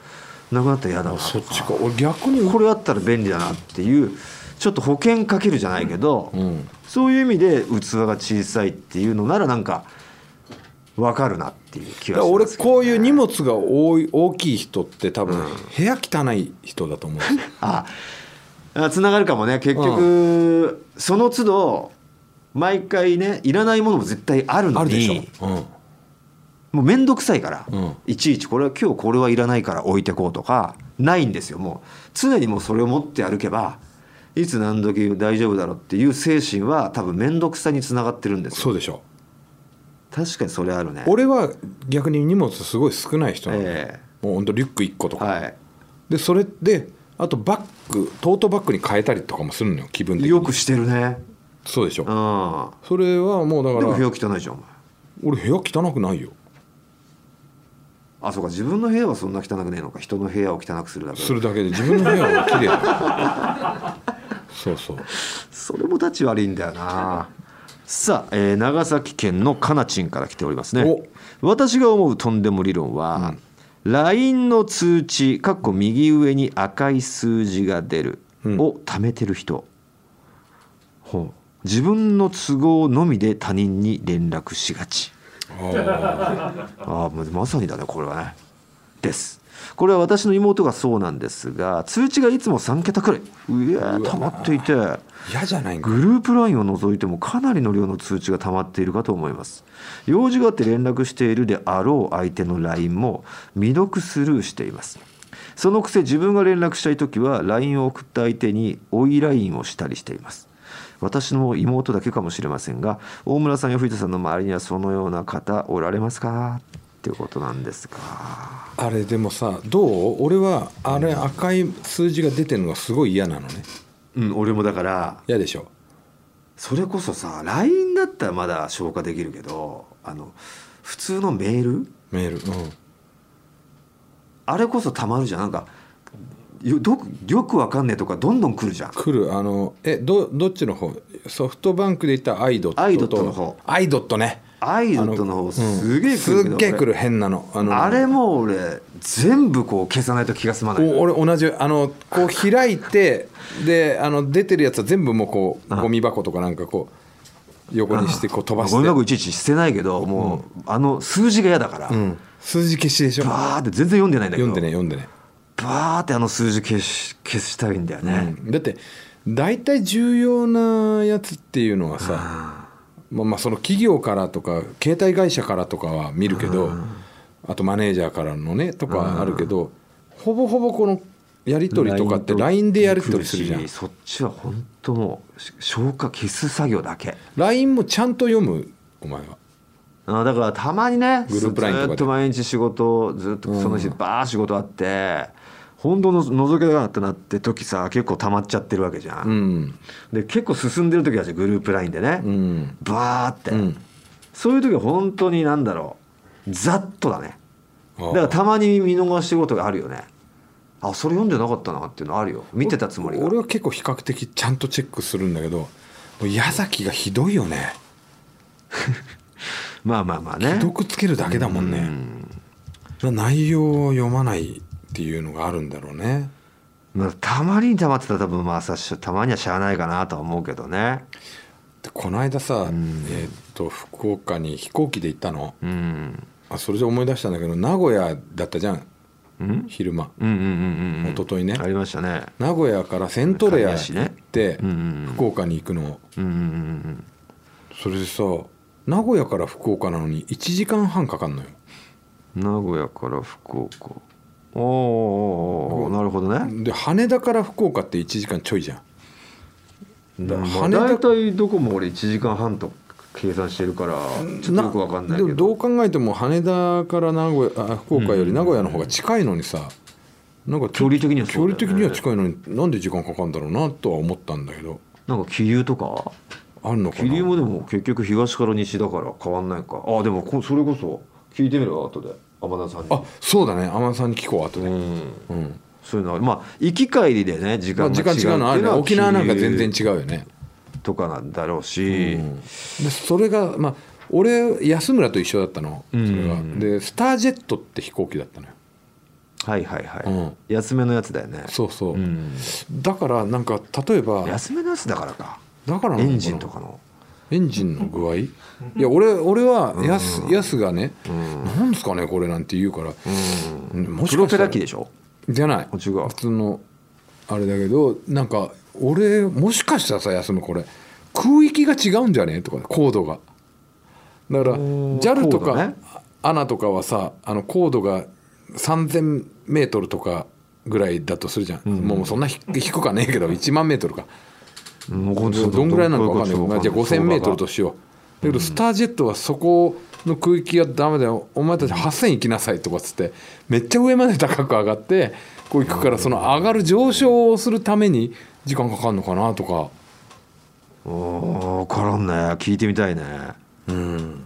S1: なくなったら嫌だわ
S2: そっちか俺逆に
S1: これあったら便利だなっていうちょっと保険かけるじゃないけど、
S2: うん
S1: そういう意味で器が小さいっていうのならなんか分かるなっていう気
S2: だ
S1: が
S2: か
S1: し
S2: ら
S1: ま
S2: 俺
S1: すけど
S2: こういう荷物が多い大きい人って多分部屋汚い人だと思 [LAUGHS] うんですよ
S1: ああつながるかもね結局、その都度毎回ねいらないものも絶対あるの
S2: あるでしょ
S1: に、もう面倒くさいから、
S2: うん
S1: いちいちこれは今日これはいらないから置いてこうとかないんですよもう常にもうそれを持って歩けばいつ何時大丈夫だろうっていう精神は多分面倒くさにつながってるんです
S2: そ
S1: よ
S2: うでしょ
S1: 確かにそれあるね
S2: 俺は逆に荷物すごい少ない人なの、
S1: え
S2: もうほんとリュック1個と
S1: え
S2: か、
S1: は
S2: でそれであとバッグトートバッグに変えたりとかもするのよ気分的
S1: い
S2: に
S1: よくしてるね
S2: そうでしょ、
S1: うん
S2: それはもうだ
S1: でも
S2: か
S1: 部屋
S2: ら
S1: 汚いじゃんお前
S2: 俺部屋汚くないよ
S1: あそうか自分の部屋はそんな汚くねえのか人の部屋を汚くするだけ
S2: するだけで自分の部屋は綺麗だ
S1: [LAUGHS]
S2: そうそう
S1: それも立ち悪いんだよなさあ、えー長崎県のかなちんから来ておりますね私が思うとんでも理論は、LINE の通知かっこ右上に赤い数字が出る、
S2: うん
S1: を貯めてる人ほう自分の都合のみで他人に連絡しがち
S2: あ
S1: ああままさにだねこれはねですこれは私の妹がそうなんですが通知がいつも3桁くらいうえー溜まっていて
S2: ー嫌じゃないんか
S1: グループ LINE を除いてもかなりの量の通知が溜まっているかと思います用事があって連絡しているであろう相手の LINE も未読スルーしていますそのくせ自分が連絡したい時は LINE を送った相手に追い LINE をしたりしています私の妹だけかもしれませんが大村さんや藤田さんの周りにはそのような方おられますかっということなんですが
S2: あれでもさどう俺はあれ赤い数字が出てるのがすごい嫌なのね
S1: うん俺もだから
S2: 嫌でしょ
S1: それこそさ LINE だったらまだ消化できるけどあの普通のメール
S2: メールうん
S1: あれこそたまるじゃんなんかよどよくわかんねえとかどんどん来るじゃん
S2: 来るあのえどどっちの方ソフトバンクで言ったらアイドットと
S1: アイドットの方
S2: アイドットね
S1: アイドットの方すげえ来るけ
S2: す
S1: ど、
S2: っげえ来る
S1: 俺
S2: 変なのあの
S1: あれもう俺全部こう消さないと気が済まない
S2: お俺同じあのこう開いてであの出てるやつは全部もうこうゴミ箱とかなんかこう横にしてこう飛ばし
S1: ごめん
S2: て、
S1: いちいち捨てないけどもう、あの数字が嫌だから、
S2: うん、数字消しでしょ
S1: バーって全然読んでないんだけど
S2: 読んでね読んでね、
S1: バーってあの数字消し消したいんだよね、
S2: うんだって大体重要なやつっていうのはさ、まあ、まあその企業からとか携帯会社からとかは見るけどあとマネージャーからのねとかあるけどほぼほぼこのやり取りとかって LINE でやり取りするじゃん
S1: 来しそっちは本当もうし消化消す作業だけ
S2: LINE もちゃんと読むお前は
S1: あだからたまにね
S2: グループラインとかで
S1: ずっと毎日仕事ずっとその日バー仕事あって、本当の覗けなかったなって時さ結構溜まっちゃってるわけじゃん、
S2: うん
S1: で結構進んでる時はじゃんグループラインでね、
S2: うん
S1: バーって、
S2: ん
S1: そういう時は本当になんだろうざっとだね
S2: あ
S1: だ
S2: ー
S1: からたまに見逃してることがあるよねあそれ読んでなかったなっていうのあるよ見てたつもりが
S2: 俺は結構比較的ちゃんとチェックするんだけどもう矢崎がひどいよね
S1: まあまあまあね
S2: 既読つけるだけだもんね、内容を読まないっていうのがあるんだろうね
S1: まあ、たまりにたまってたら多分まあさたまにはしゃあないかなとは思うけどね
S2: でこの間さ、えーっと福岡に飛行機で行ったの
S1: うん
S2: あそれで思い出したんだけど名古屋だったじゃん
S1: うん
S2: 昼間
S1: うんうんうんうん
S2: 一昨日ね、
S1: ありましたね
S2: 名古屋からセントレア
S1: 神谷
S2: 行
S1: 市ね
S2: って、
S1: うんうんうん
S2: 福岡に行くの
S1: うんうんうん
S2: それでさ名古屋から福岡なのに1時間半かかんのよ
S1: うん名古屋から福岡おーおーおーなるほどね、
S2: で羽田から福岡って1時間ちょいじゃん
S1: うん
S2: だ
S1: まあ
S2: 羽田
S1: 大体どこも俺1時間半と計算してるからちょっとよくわかんないけ
S2: で
S1: ど
S2: もどう考えても羽田から名古屋あ福岡より名古屋の方が近いのにさ、なんかち
S1: 距
S2: ょ
S1: 離的にはそうだよね
S2: 距離的には近いのになんで時間かかるんだろうなとは思ったんだけど
S1: なんか気流とか
S2: あるのか
S1: 気流
S2: な
S1: もでも結局東から西だから変わんないかあでもこそれこそ聞いてみれば後で天田さんに
S2: あそうだね天野さんに聞こう後で、
S1: うん
S2: うん
S1: そういうのはまあ行き帰りでね時
S2: まあ
S1: 間が違
S2: 時
S1: うっていう
S2: 間違うのあるね
S1: は
S2: 沖縄なんか全然
S1: 気
S2: 違うよね、
S1: 流とかなんだろうし、
S2: うんでそれがまあ俺安村と一緒だったのそれが、
S1: うん
S2: でスタージェットって飛行機だったのよ
S1: はいはいはい、
S2: うん
S1: 安めのやつだよね
S2: そうそう、
S1: ん
S2: だからなんか例えば
S1: 安めのやつだからか
S2: だからなのかな
S1: エンジンとかの
S2: エンジンの具合いや俺俺はやすやすがね「なんですかねこれ」なんて言うからも
S1: プ
S2: し
S1: ロ
S2: か
S1: ペ
S2: した
S1: ラ
S2: ら
S1: 機でしょ
S2: じゃない
S1: あ違う
S2: 普通のあれだけどなんか俺もしかしたらさ休むこれ空域が違うんじゃねとか高度がだから
S1: おー
S2: JAL と
S1: 高度
S2: か
S1: ね
S2: ANA とかはさあの高度が 3000m とかぐらいだとするじゃん、もうそんなひ低かねえけど1万 m か。
S1: もうこ
S2: どんぐらいなのか分かんない
S1: ど
S2: けど、じゃあ
S1: う
S2: 5000
S1: う
S2: メ
S1: こ
S2: ートルとしよう。だけど、スタージェットはそこの空域がダメだよ、お前たち8000行きなさいとかっつって、めっちゃ上まで高く上がって、こう行くから、その上がる上昇をするために時間かかるのかなとか、
S1: おー分からんね聞いてみたいねうん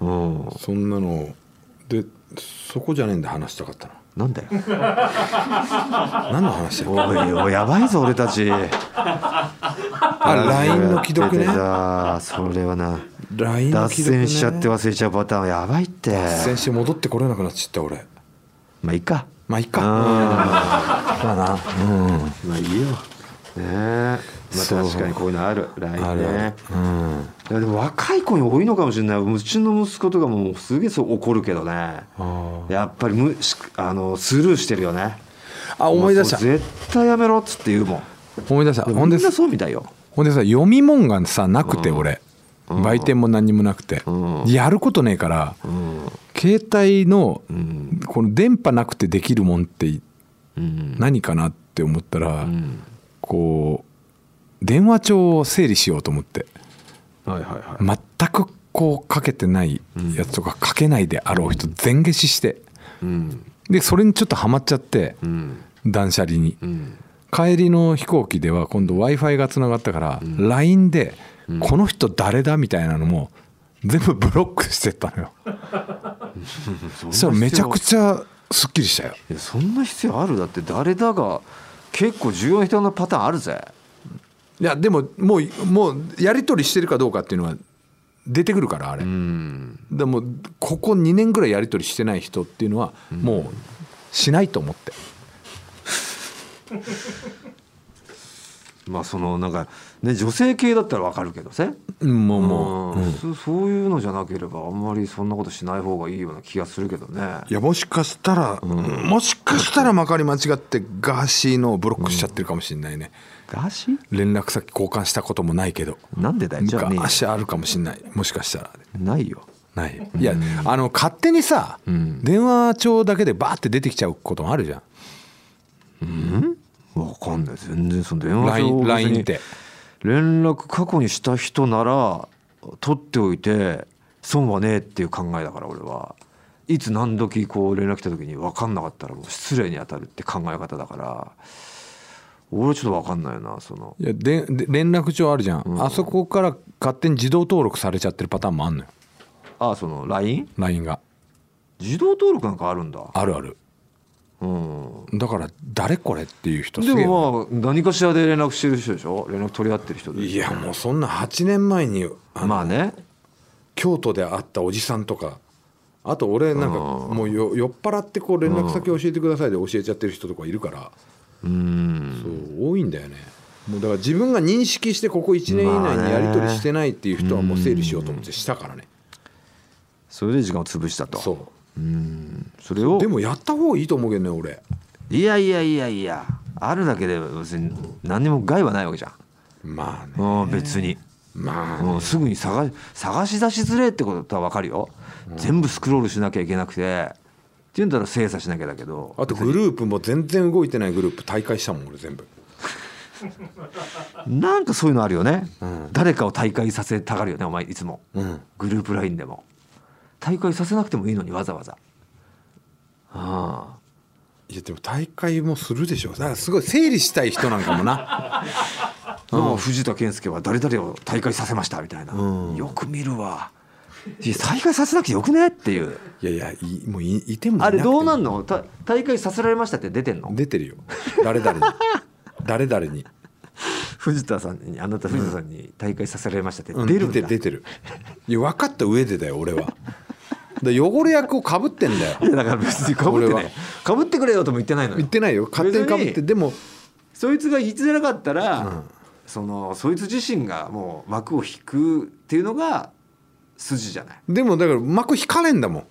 S2: そんなの、で、そこじゃねえんで話したかった
S1: なんだよ
S2: な。何の話だよ。
S1: おいおいやばいぞ俺たち
S2: あ、LINE の既読ね
S1: やってて。さそれはな
S2: LINE の
S1: 脱
S2: 既読ね。
S1: 線しちゃって忘れちゃうパターンはやばいって
S2: 脱線して戻ってこれなくなっちゃった、俺。
S1: まあいいか
S2: まあ、いっか。まあな。
S1: まあいいよねえまあ
S2: そう
S1: 確かにこういうのある LINE ね
S2: うん。
S1: いやでも若い子に多いのかもしれないうちの息子とかもすげえそう怒るけどね
S2: あ
S1: やっぱりむしあのスルーしてるよね
S2: あ、思い出した
S1: も。う絶対やめろっつって言うもん
S2: 思い出した
S1: み
S2: ほん
S1: ん
S2: で
S1: なそうみたいよ
S2: ほんでさ読み物がさなくて俺、売店も何にもなくて、
S1: うん
S2: やることねえから、
S1: うん
S2: 携帯の
S1: うん
S2: この電波なくてできるもんって
S1: うん
S2: 何かなって思ったら、
S1: うん
S2: こう電話帳を整理しようと思って
S1: はいはいは
S2: 全く稿かけてないやつとか書けないであろう人全消しして
S1: うん
S2: でそれにちょっとハマっちゃって
S1: うん
S2: 断捨離に
S1: うん
S2: 帰りの飛行機では今度 w i f i がつながったから LINE で「この人誰だ?」みたいなのも全部ブロックしてったのよ [LAUGHS] そしたらめちゃくちゃすっきりしたよ
S1: いやそんな必要あるだって誰だが結構重要な人のパターンあるぜ
S2: いやでももうもうやり取りしてるかどうかっていうのは出てくるからあれ、
S1: うん
S2: でもここ2年ぐらいやり取りしてない人っていうのはもうしないと思って、
S1: まあそのなんかね女性系だったらわかるけどね
S2: うんもうもう、
S1: うんそそういうのじゃなければあんまりそんなことしない方がいいような気がするけどね
S2: いやもしかしたら、もしかしたらまかり間違ってガーシーのをブロックしちゃってるかもしれないね、
S1: ガシ
S2: 連絡先交換したこともないけど
S1: なんでだよじゃあね
S2: 昔あるかもしれないもしかしたら
S1: ないよ
S2: ないよいやあの勝手にさ、
S1: ん
S2: 電話帳だけでバーって出てきちゃうこともあるじゃん
S1: わかんない全然その電話
S2: LINE
S1: 帳
S2: LINE って
S1: 連絡過去にした人なら取っておいて損はねえっていう考えだから俺はいつ何時こう連絡来た時に分かんなかったらもう失礼に当たるって考え方だから俺はちょっと分かんないなその
S2: いやでで連絡帳あるじゃん、あそこから勝手に自動登録されちゃってるパターンもあんのよ
S1: あその LINE
S2: LINE が
S1: 自動登録なんかあるんだ
S2: あるある
S1: うん
S2: だから誰これっていう人す
S1: で
S2: げえよ
S1: もまあ何かしらで連絡してる人でしょ連絡取り合ってる人で
S2: いやもうそんな8年前にあの
S1: まあね
S2: 京都で会ったおじさんとかあと俺なんかもうよ酔っ払ってこう連絡先教えてくださいで教えちゃってる人とかいるから
S1: うん
S2: そう多いんだよねもうだから自分が認識してここ1年以内にやり取りしてないっていう人はもう整理しようと思ってしたからね
S1: それで時間を潰したと
S2: そ
S1: うんそれを
S2: うでもやった方がいいと思うけどね俺
S1: いやいやいやいやあるだけで別に何にも害はないわけじゃん
S2: まあね
S1: うん別に、
S2: まあね
S1: うん、すぐに探し探し出しづれえってことは分かるよ、全部スクロールしなきゃいけなくてっていうんだったら精査しなきゃだけど
S2: あとグループも全然動いてないグループ大会したもん俺全部
S1: なんかそういうのあるよね、誰かを大会させたがるよねお前いつも、
S2: ん
S1: グループラインでも大会させなくてもいいのにわざわざあ
S2: いやでも大会もするでしょだからすごい整理したい人なんかもな [LAUGHS]
S1: あ、でも藤田健介は誰々を大会させましたみたいな、よく見るわいや大会させなくてよくねっていう
S2: いやいやいもういいてもいな
S1: あ
S2: くて
S1: れ
S2: も
S1: どうなんのた大会させられましたって出てんの
S2: 出てるよ誰々に誰々に
S1: 藤田さんにあなた藤田さんに大会させられましたって
S2: うん
S1: 出るんだ、
S2: 出て出てるいや分かった上でだよ俺はだ汚れ役をかぶってんだよ
S1: いやだから別にかぶって
S2: 俺
S1: ね
S2: は
S1: かぶってくれよとも言ってないの
S2: 言
S1: よ
S2: ってないよ勝手にかぶっ
S1: 別
S2: て
S1: に
S2: でも
S1: そいつが言いづらかったら、そのそいつ自身がもう幕を引くっていうのが筋じゃない
S2: でもだから幕引かねえんだもん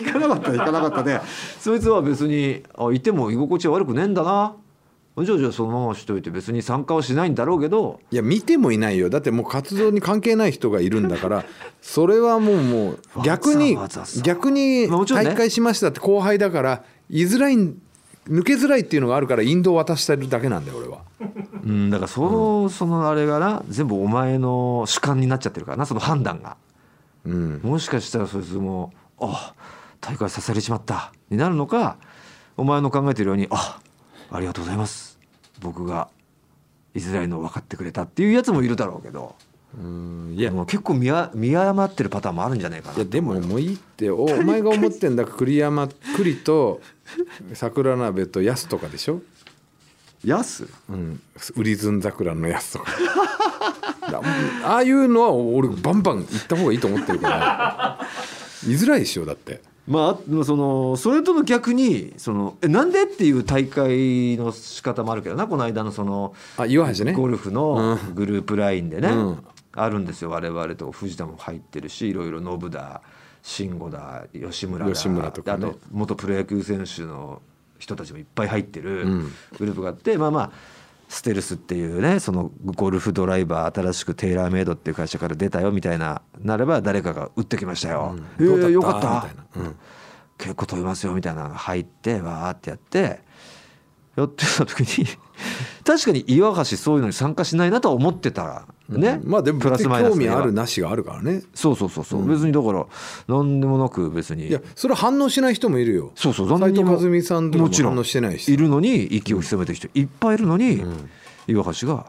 S1: 引かなかった引かなかったで [LAUGHS] そいつは別にあいても居心地は悪くねえんだなじゃあじゃあそのまましといて別に参加はしないんだろうけど
S2: いや見てもいないよだってもう活動に関係ない人がいるんだからそれはもうもう逆に
S1: わざわざ
S2: 逆に
S1: まあもちろんね
S2: 大会しましたって後輩だから居づらいん抜けづらいっていうのがあるから引導を渡してるだけなんだよ俺は
S1: うん、だからその、そのあれがな全部お前の主観になっちゃってるからなその判断が
S2: うん
S1: もしかしたらそいつも「あ大会させられちまった」になるのかお前の考えてるように「あありがとうございます僕がイスラエルのを分かってくれた」っていうやつもいるだろうけど
S2: うんいや
S1: もう結構見あ見誤ってるパターンもあるんじゃないかない
S2: やでももういいっておお前が思ってんだ栗山栗と桜鍋とヤスとかでしょ、
S1: やす
S2: うん、ウリズン桜のヤスとかだああいうのは俺バンバン行った方がいいと思ってるから居づらいでしょだって
S1: まあそのそれとの逆にそのえなんでっていう大会の仕方もあるけどなこの間のその
S2: あ岩橋ね
S1: ゴルフのグループラインでね、
S2: うん
S1: あるんですよ我々と藤田も入ってるしいろいろノブだ慎吾だ吉村だ
S2: 吉村とかね
S1: あと元プロ野球選手の人たちもいっぱい入ってる
S2: うん
S1: グループがあって、まあまあステルスっていうねそのゴルフドライバー新しくテイラーメイドっていう会社から出たよみたいななれば誰かが打ってきましたよ、えー
S2: どうだった
S1: よかった
S2: みたいなうん
S1: 結構飛びますよみたいなのが入ってわーってやってやってた時に [LAUGHS] 確かに岩橋そういうのに参加しないなとは思ってたらね、
S2: まあでも
S1: プラスマイナス
S2: 興味ある
S1: な
S2: なしがあるからね
S1: そうそうそうそう、別にだから何でもなく別に
S2: いやそれ反応しない人もいるよ
S1: そうそう
S2: 斉
S1: 何
S2: 藤
S1: にも
S2: 和美さんと
S1: もちろ
S2: かも
S1: ん
S2: 反応してない
S1: い
S2: し
S1: るのに息を潜めてる人いっぱいいるのに、岩橋が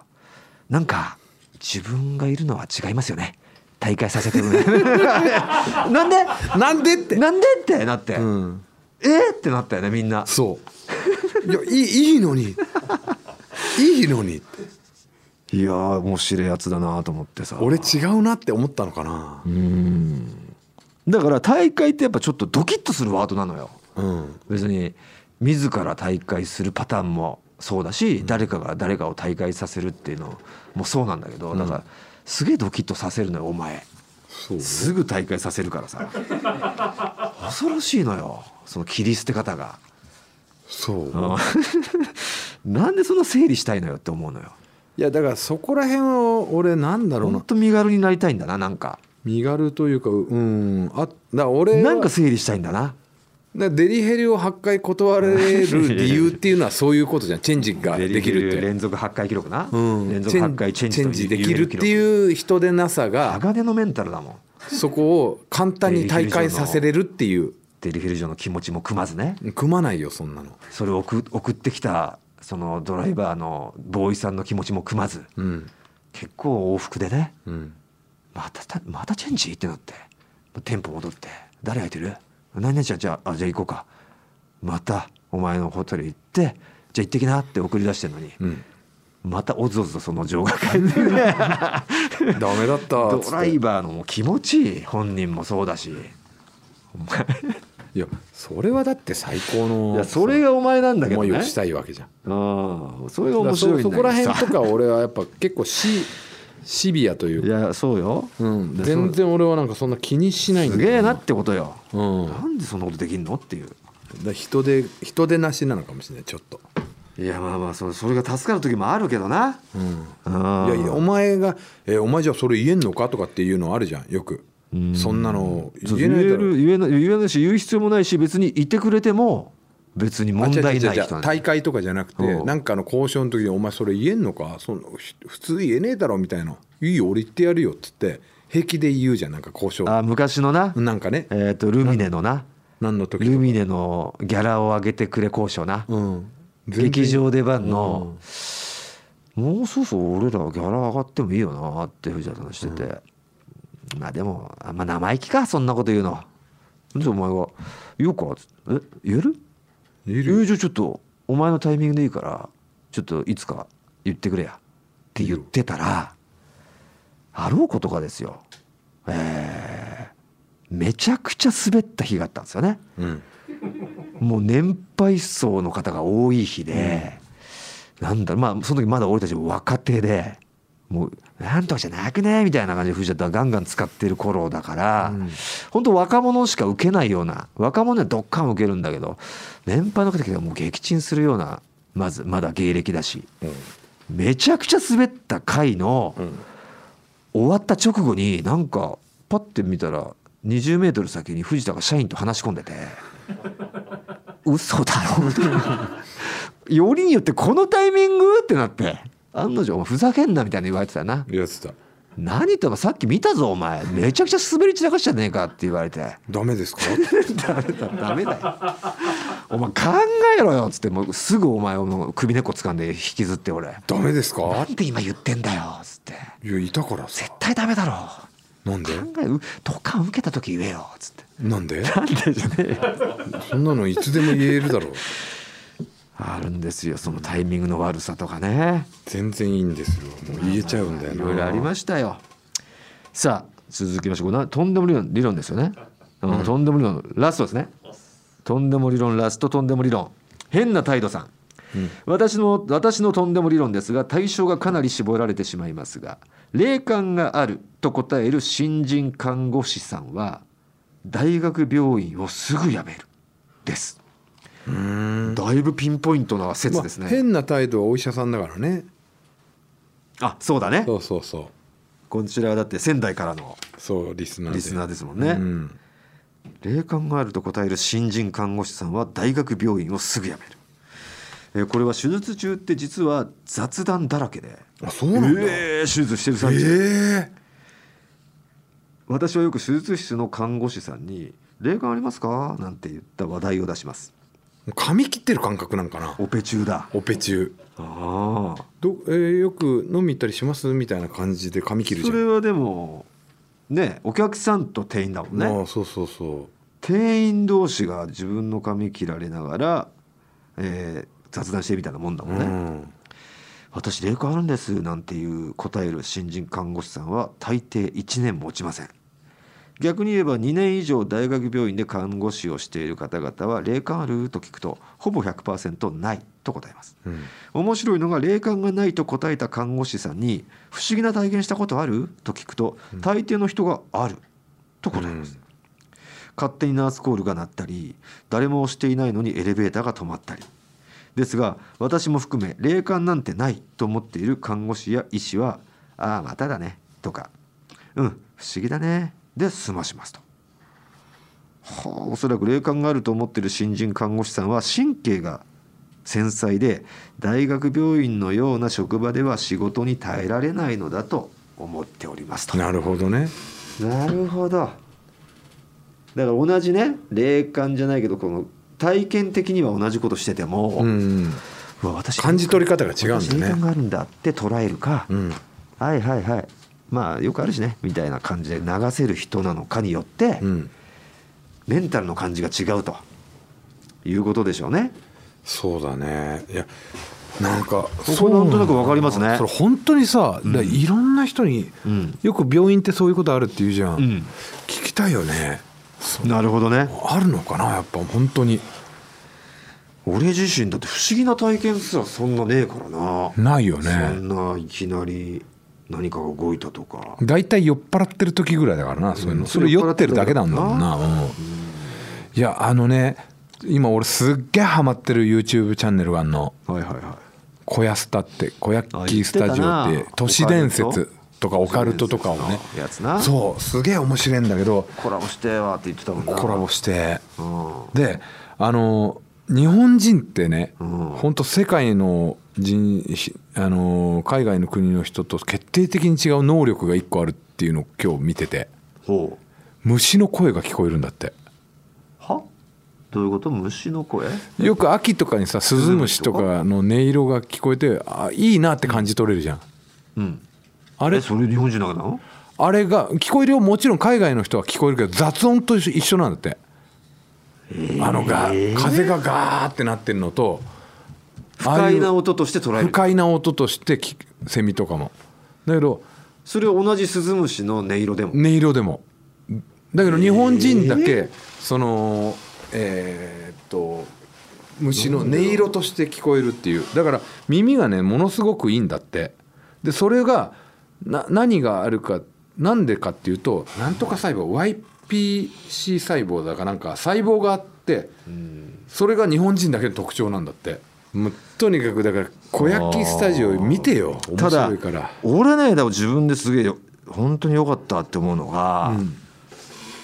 S1: なんか自分がいるのは違いますよね大会させてもら
S2: [LAUGHS]
S1: うなんで
S2: なんでって
S1: なんでってなって、
S2: ん
S1: えーってなったよねみんな
S2: そういやいいいいのにいいのにって
S1: いやー面白いやつだなと思ってさ
S2: 俺違うなって思ったのかな
S1: だから大会ってやっぱちょっとドキッとするワードなのよ
S2: うん
S1: 別に自ら大会するパターンもそうだし、誰かが誰かを大会させるっていうのもそうなんだけどだからすげえドキッとさせるのよお前
S2: そう
S1: すぐ大会させるからさ [LAUGHS] 恐ろしいのよその切り捨て方が、
S2: そう
S1: うん [LAUGHS] なんでそんな整理したいのよって思うのよ
S2: いやだからそこら辺を俺なんだろう
S1: ほん
S2: な
S1: と身軽になりたいんだななんか
S2: 身軽というかうんあだから俺
S1: な
S2: は
S1: んか整理したいんだな
S2: だからデリヘルを8回断れる理由っていうのはそういうことじゃんチェンジができるって、
S1: 連続8回記録な、
S2: うん、
S1: 連続8回チェンジ
S2: チェンジできるっていう人でなさが
S1: 鋼のメンタルだもん
S2: そこを簡単に大会させれるっていう
S1: デリフィルジョの気持ちも組まずね
S2: 組まないよそんなの
S1: それを送送ってきたそのドライバーのボーイさんの気持ちも組まず
S2: うん
S1: 結構往復でね
S2: うん
S1: またたまたチェンジってなってテンポ戻って誰空いてる何々ちゃんじゃああじゃあ行こうかまたお前のホテル行ってじゃあ行ってきなって送り出してるのに、
S2: うん [LAUGHS]
S1: またおずおずとその情が返ってね
S2: ダメだったっ
S1: ド
S2: つっ
S1: ラ
S2: て
S1: イバーのもう気持ちいい本人もそうだしお前
S2: いやそれはだって最高の
S1: いやそれがお前なんだけど
S2: 思い
S1: ね
S2: をしたいわけじゃん
S1: うんそれが
S2: だから
S1: 面
S2: そ
S1: 白いんだけど
S2: そこら辺
S1: さ
S2: とか俺はやっぱ結構シシビアという
S1: い
S2: か、
S1: やそうよ、
S2: うん、
S1: で
S2: 全然俺はなんかそんな気にしないん
S1: そ
S2: だ
S1: す
S2: よ
S1: げえなってことよ、
S2: うん、だか
S1: なんでそんなことできんのっていう
S2: ら人で人でなしなのかもしれないちょっと、
S1: いやまあまあそそれが助かる時もあるけどな
S2: うん、
S1: うん
S2: いやいやお前が「えお前じゃあそれ言えんのか?」とかっていうのあるじゃんよくそんなの
S1: そう言え
S2: 言えないだろ
S1: る言えない言えないし言う必要もないし別にいてくれても別に問題ない人
S2: あ違う違う違う
S1: なんだ
S2: 大会とかじゃなくて
S1: うん
S2: なんかの交渉の時に「お前それ言えんのかそのひ普通言えねえだろ」みたいな「いいよ俺言ってやるよ」っつって平気で言うじゃんなんか交渉
S1: あ昔のな、
S2: なんかね
S1: えー、とルミネのな
S2: 何の時
S1: ル
S2: とか
S1: ミネのギャラを上げてくれ交渉な、
S2: うん
S1: 劇場出番の、もうそろそろ俺らギャラ上がってもいいよなって藤田さんしてて、まあでもあんま生意気かそんなこと言うのでお前が「言うか」つって「え言える
S2: い
S1: え
S2: る
S1: じゃあちょっとお前のタイミングでいいからちょっといつか言ってくれや」って言ってたらあろうことかですよえーめちゃくちゃ滑った日があったんですよね。
S2: うん
S1: もう年配層の方が多い日で、なんだろうまあその時まだ俺たちも若手でもうなんとかじゃなくねみたいな感じで藤田はガンガン使ってる頃だから、本当若者しか受けないような若者にはどっかん受けるんだけど年配の方がもう撃沈するようなまずまだ芸歴だし、めちゃくちゃ滑った回の、終わった直後になんかパッて見たら20メートル先に藤田が社員と話し込んでて。嘘だろみたいなよりによってこのタイミングってなって案の定お前ふざけんなみたいな言われてたな
S2: やってた
S1: 何言ってもさっき見たぞお前めちゃくちゃ滑り散らかしちゃねえかって言われて
S2: 「ダメです [LAUGHS] か?」
S1: ダメだダメだよお前考えろよっつってもうすぐお前をもう首根っこ掴んで引きずって俺
S2: ダメです [LAUGHS] か?
S1: なんで今言ってんだよっつって」
S2: いやいたからさ
S1: 絶対ダメだろ
S2: なんで
S1: 考えうドカン受けた時言えよっつって
S2: なんで
S1: なんでじゃねえよ
S2: そんなのいつでも言えるだろう
S1: あるんですよそのタイミングの悪さとかね
S2: 全然いいんですよもう言えちゃうんだよ
S1: い
S2: な
S1: ろいろありましたよ。さあ続きましょうこれなとんでも理論理論ですよね、うんとんでも理論ラストですね。とんでも理論ラストとんでも理論変な態度さん。私の私のとんでも理論ですが対象がかなり絞られてしまいますが霊感があると答える新人看護師さんは大学病院をすぐ辞めるですだいぶピンポイントな説です
S2: まあ
S1: ね、
S2: 変な態度はお医者さんだからね
S1: あそうだね
S2: そうそうそ
S1: こちらはだって仙台からの
S2: うそうリスナーで
S1: リスナーですもんね、
S2: うん、
S1: 霊感があると答える新人看護師さんは大学病院をすぐ辞める、ええーこれは手術中って実は雑談だらけで、
S2: あそうなんだ、え
S1: えー、手術してる最中、
S2: え
S1: 私はよく手術室の看護師さんに「霊感ありますか?」なんて言った話題を出します
S2: ー、髪切ってる感覚なんかな
S1: オペ中だ
S2: オペ中
S1: ああ
S2: ど、えーよく飲み行ったりしますみたいな感じで髪切るじ
S1: そ
S2: ゃん
S1: れはでもねお客さんと店員だもんね
S2: ああそうそうそ
S1: 店員同士が自分の髪切られながら、えー雑談してみたいなもんだ
S2: う、
S1: もんね、
S2: うん
S1: 私霊感あるんですなんていう答える新人看護師さんは大抵1年持ちません逆に言えば2年以上大学病院で看護師をしている方々は霊感あると聞くとほぼ100%ないと答えます
S2: うん
S1: 面白いのが霊感がないと答えた看護師さんに「不思議な体験したことある?」と聞くと大抵の人が「ある」と答えます、
S2: うん
S1: 勝手にナースコールが鳴ったり誰も押していないのにエレベーターが止まったりですが私も含め霊感なんてないと思っている看護師や医師は「ああまただね」とか「うん不思議だね」で済ましますと。はあ、おそらく霊感があると思ってる新人看護師さんは神経が繊細で大学病院のような職場では仕事に耐えられないのだと思っておりますと。
S2: なるほどね
S1: なるほどだから同じね霊感じゃないけどこの体験的には同じことしてても、
S2: うん
S1: うわ私
S2: 感じ取り方が違うんだね
S1: 私霊感があるんだって捉えるか、
S2: うん
S1: はいはいはいまあよくあるしねみたいな感じで流せる人なのかによって、
S2: うん
S1: メンタルの感じが違うということでしょうね
S2: そうだねいやなん
S1: こ
S2: かそう
S1: なんとなくわかりますね
S2: それ本当にさ、だからいろんな人に、
S1: うん
S2: よく病院ってそういうことあるって言うじゃん、
S1: うん
S2: 聞きたいよね
S1: なるほどね
S2: あるのかなやっぱ本当に
S1: 俺自身だって不思議な体験すらそんなねえからな、
S2: ないよ
S1: そ
S2: ね
S1: んないきなり何かが動いたとか
S2: 大体酔っ払ってる時ぐらいだからなそういうの、それ酔ってるだけなんだもんな、うんいやあのね今俺すっげえハマってる YouTube チャンネルがあんの
S1: はいはいは
S2: 小屋スタって小屋っ
S1: あ
S2: き
S1: 言
S2: ー
S1: っ
S2: ス
S1: てた
S2: タ
S1: な
S2: ジオって都市伝説とかオ
S1: オ
S2: カ
S1: カ
S2: ル
S1: ル
S2: ト
S1: ト
S2: とかをね
S1: 都市伝説のやつな
S2: そうすげえ面白いんだけど
S1: コラボしてはって言ってたもんな
S2: コラボして
S1: うん
S2: であの日本人ってね、
S1: うん
S2: ほんと世界の人ひあの海外の国の人と決定的に違う能力が一個あるっていうのを今日見てて
S1: ほう
S2: 虫の声が聞こえるんだって
S1: はどういうこと虫の声
S2: よく秋とかにさスズムシとかの音色が聞こえてあいいなって感じ取れるじゃん
S1: うん
S2: あ
S1: あ
S2: れ
S1: それ日本人だけなの
S2: あれが聞こえるよもちろん海外の人は聞こえるけど雑音と一緒なんだって、あのが風がガーってなってるのと
S1: 不
S2: ああ
S1: 快
S2: いう
S1: な音として捉え
S2: 不
S1: る
S2: 快な音として聞くセミとかもだけど
S1: それは同じスズムシの音色でも、
S2: 音色でもだけど日本人だけ、そのえーっと虫の音色として聞こえるっていうだから耳がねものすごくいいんだってでそれがな何があるかなんでかっていうとなんとか細胞 YPC 細胞だかなんか細胞があって
S1: うん
S2: それが日本人だけの特徴なんだってもうとにかくだから小焼きスタジオ見てよ面
S1: ただ
S2: 白いから。
S1: 俺ねでも自分ですげえよ本当に良かったって思うのが、
S2: うん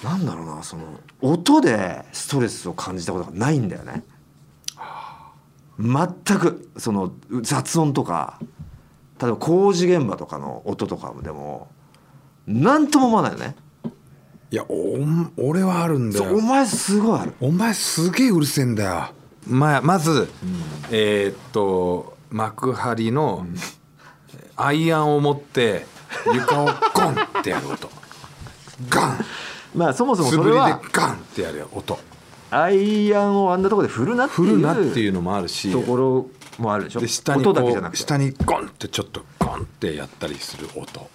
S1: なんだろうなその音でストレスを感じたことがないんだよね全くその雑音とか例えば工事現場とかの音とかでも何とも思わないよね
S2: いやおん俺はあるんだ
S1: そうお
S2: よ
S1: 前すごいある
S2: お前すげえうるせえんだよまあまず、えーっと幕張のアイアンを持って床をゴンってやる音 [LAUGHS] ガン
S1: まあそもそも
S2: 素
S1: そ
S2: 振
S1: れ
S2: りで
S1: は
S2: ガンってやる音
S1: アイアンをあんなところで振るなって
S2: 振るなって
S1: い
S2: いううのもあるし
S1: ところもあるでしょ
S2: で下に
S1: 音だけじゃ
S2: こ
S1: な
S2: う
S1: くて
S2: 下にゴンってちょっとゴンってやったりする音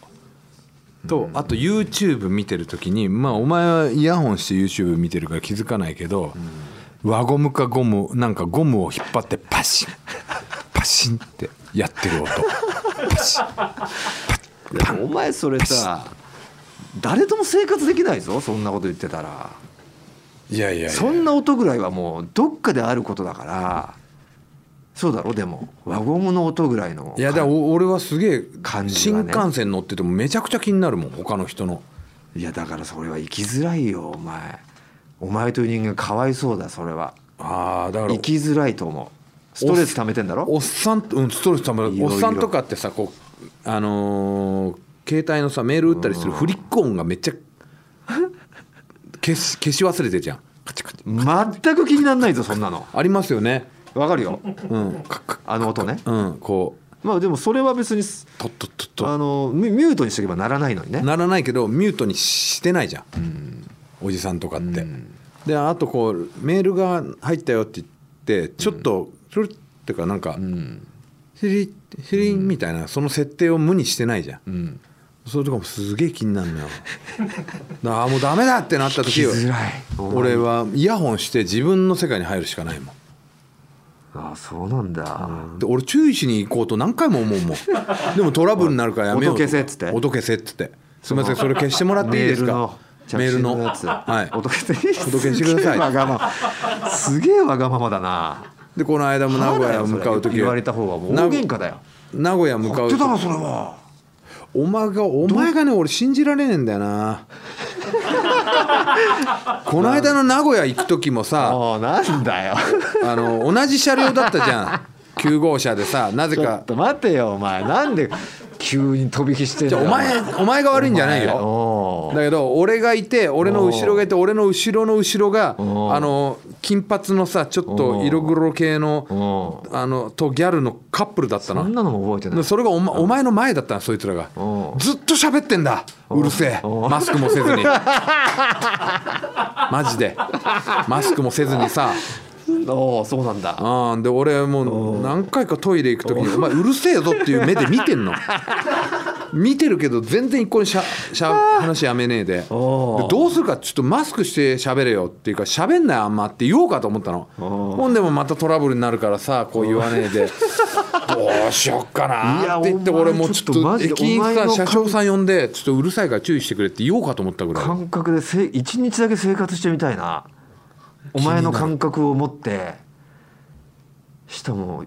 S2: とあと YouTube 見てる時にまあお前はイヤホンして YouTube 見てるから気づかないけど輪ゴムかゴムなんかゴムを引っ張ってパシ
S1: [LAUGHS]
S2: ンパシンってやってる音パシン
S1: いやお前それさ誰とも生活できないぞそんなこと言ってたら
S2: いやいやいや
S1: そんな音ぐらいはもうどっかであることだからそうだろでも輪ゴムの音ぐらいの
S2: いやだからお俺はすげえ
S1: 感じ
S2: 新
S1: はね
S2: 幹線乗っててもめちゃくちゃ気になるもん他の人の
S1: いやだからそれは生きづらいよお前お前という人間かわいそうだそれは
S2: ああだから
S1: 生きづらいと思うストレス溜めてんだろ
S2: おっさんうんストレスたまる
S1: いろいろ
S2: おっさんとかってさこうあのー携帯のさメール打ったりするフリック音がめっちゃ消し消し忘れてるじゃんカチャカチャ
S1: 全く気にならないぞそんなの
S2: ありますよね
S1: わかるよ
S2: うんカッカッ
S1: あの音ね
S2: うんこう
S1: まあでもそれは別に
S2: トットットッ
S1: あ
S2: ト
S1: のミミュートにしとけばならないのにね
S2: ならないけどミュートにしてないじゃん、おじさんとかって、であとこうメールが入ったよって言ってちょっとそれってかなんか、ヒリヒリンみたいなその設定を無にしてないじゃん、
S1: うん
S2: それとかもすげえ気になるのよ [LAUGHS] だからあもうダメだってなった時
S1: き [LAUGHS]
S2: よ
S1: づらい
S2: 俺はイヤホンして自分の世界に入るしかないもん
S1: ああそうなんだ
S2: で俺注意しに行こうと何回も
S1: [LAUGHS]
S2: 思うもんでもトラブルになるからやめようと
S1: 音消せっつって
S2: 音消せっつってすみませんそれ消してもらっていいですか
S1: メ
S2: メ
S1: ー
S2: ー
S1: ル
S2: ル
S1: の
S2: の
S1: 着信やつ
S2: はい
S1: お届けして
S2: お届けしてください
S1: わがまますげえわがままだな
S2: でこの間も名古屋向かう時
S1: 言われた方はもう大喧嘩だよ
S2: 名古屋向か
S1: 言
S2: う
S1: ってたの
S2: 時
S1: それは
S2: お前がお前がね俺信じられねえんだ
S1: [LAUGHS]
S2: よなこの間の名古屋行く時もさ
S1: もうなんだよ
S2: あの同じ車両だったじゃ
S1: [LAUGHS]
S2: ん9号車でさなぜ
S1: ちょ
S2: か
S1: っと待てよお前なんで急に飛び火してん
S2: じ
S1: だ
S2: ゃあ
S1: よ
S2: お前お前が悪いんじゃないよ
S1: お
S2: だけど俺がいて俺の後ろがいて俺の後ろの後ろがあ
S1: おー
S2: の金髪のさちょっと色黒系の
S1: お
S2: あのとギャルのカップルだった
S1: そん
S2: の
S1: なのも覚えてない
S2: それがお,、ま、お前の前だったのそいつらが
S1: お
S2: ずっと喋ってんだうるせえマスクもせ
S1: [LAUGHS]
S2: ずにマジでマスクもせずにさ
S1: おおそうなんだ
S2: あーで俺もう何回かトイレ行く時に「お前うるせえぞ」っていう目で見
S1: [LAUGHS]
S2: てんの見てるけど全然一向にしゃしゃ話やめねえでで
S1: おー
S2: どうするかちょっとマスクして喋れよっていうか喋んないあんまって言おうかと思ったのほんでもまたトラブルになるからさこう言わねえでどうしよっかなって言って
S1: いやお前
S2: 俺もうちょっ
S1: ちょっとマ
S2: と
S1: ジで
S2: 駅員
S1: お前
S2: さん
S1: の
S2: 車掌さん呼んでちょっとうるさいから注意してくれって言おうかと思ったぐらい
S1: 感覚でせ一日だけ生活してみたいなお前の感覚を持ってしかも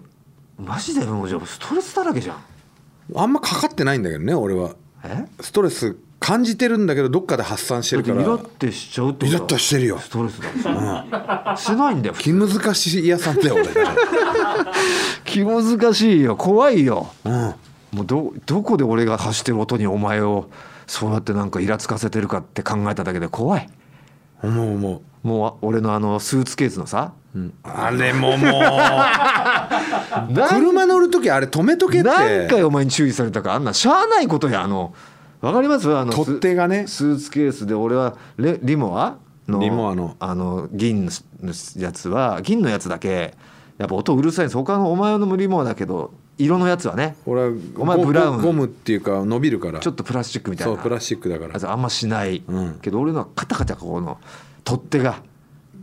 S1: マジでもうじゃあストレスだらけじゃん
S2: あんまかかってないんだけどね俺は
S1: え
S2: ストレス感じてるんだけどどっかで発散して
S1: だっ
S2: る
S1: て
S2: か
S1: イ
S2: ら
S1: ラってしちゃうってこと
S2: イラッとしてるよ
S1: ストレスだ、しないんだよ
S2: 気難しい屋さんだよ俺
S1: 気難しいよ怖いよ
S2: うん
S1: もうどどこで俺が走ってる音にお前をそうやってなんかイラつかせてるかって考えただけで怖い
S2: 思う思う
S1: もう俺のあのスーツケースのさ、
S2: あれももう
S1: なん
S2: 車乗る時あれ止めとけって
S1: 何回お前に注意されたかあんなしゃあないことやあのわかりますあの
S2: 取っ手がね
S1: ススーツケースで俺はレリモアの
S2: リモアの
S1: あの銀のやつは銀のやつだけやっぱ音うるさいんです他のお前のリモアだけど色のやつはね
S2: 俺は
S1: お前
S2: ゴ
S1: ブラウン
S2: ゴゴムっていうか伸びるから
S1: ちょっとプラスチックみたい
S2: そ
S1: な
S2: うプラスチックだから
S1: ああんましない、
S2: うん
S1: けど俺のはカタカタこの取っ手が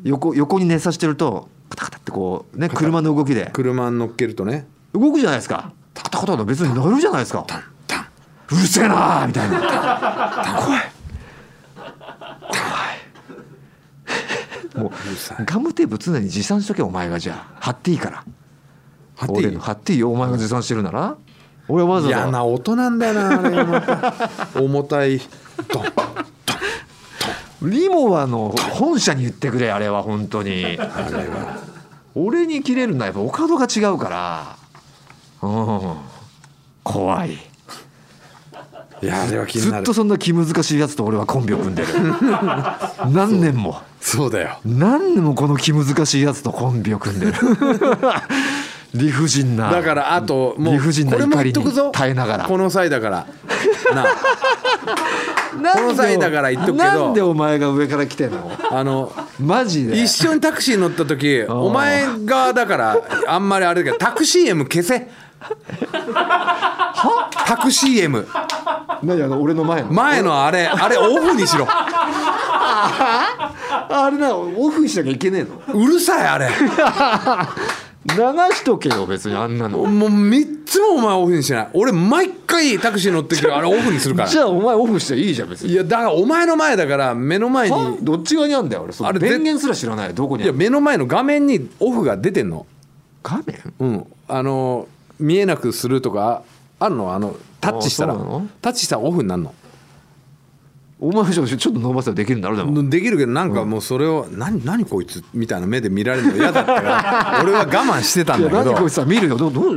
S1: 横横に寝さしてるとカタカタってこうね車の動きで
S2: 車に乗っけるとね
S1: 動くじゃないですかタカタカタカタ別に乗るじゃないですか
S2: タン
S1: うるせえなーみたいな怖い怖い
S2: [LAUGHS]
S1: も
S2: うるさ
S1: う [LAUGHS]
S2: い
S1: ガムテープ常に持参しとけお前がじゃあ貼っていいから
S2: 貼っていい
S1: 俺の貼っていいよお前が持参してるなら俺はわざ
S2: 嫌
S1: わざ
S2: な音なんだよなあれまた重たいドン
S1: リモワの本社に言ってくれあれは本当に俺に切れるのはやっぱお門が違うからうん怖い
S2: いやあれは気に
S1: ず
S2: な
S1: っ
S2: る
S1: とそんな気難しいやつと俺はコンビを組ん
S2: [LAUGHS]
S1: でる何年も。
S2: そうだよ
S1: 何でもこの気難しいやつとコンビを組んで
S2: [LAUGHS]
S1: る理不尽な
S2: だからあとも
S1: 理
S2: う
S1: 不尽な
S2: これも
S1: 怒
S2: 言
S1: り
S2: っとくぞ
S1: に耐えながら
S2: この際だからなあ
S1: なんで
S2: この際だから言っとくけど
S1: なんでお前が上から来てんの
S2: あの
S1: マジで
S2: 一緒にタクシー乗った時お前がだからあんまりあれだけどタクシー M 消せタクシー M
S1: 何あの俺の前の、
S2: 前のあれあれオフにしろ
S1: あれなオフにしなきゃいけねえの
S2: うるさいあれ
S1: 流しとけよ別にあんなの
S2: もう3つもお前オフにしない俺毎回タクシー乗ってきてあれオフにするから
S1: じゃあお前オフしたらいいじゃん別に
S2: いやだからお前の前だから目の前
S1: は
S2: に
S1: どっち側にあんだよ俺その
S2: あれ
S1: 電源すら知らないどこに
S2: い
S1: あ
S2: や
S1: る
S2: 目の前の画面にオフが出てんの
S1: 画面
S2: うんあの見えなくするとかあるのあのタッチしたら
S1: あそうなの
S2: タッチしたらオフになるの
S1: 大前の人ちょっと伸ばせばできるんだろうでも
S2: できるけどなんかもうそれを「何何こいつ」みたいな目で見られるの嫌だったか
S1: [LAUGHS]
S2: ら俺は我慢してたん
S1: い
S2: だ
S1: や
S2: けど
S1: 何こいつさ見るよどうどう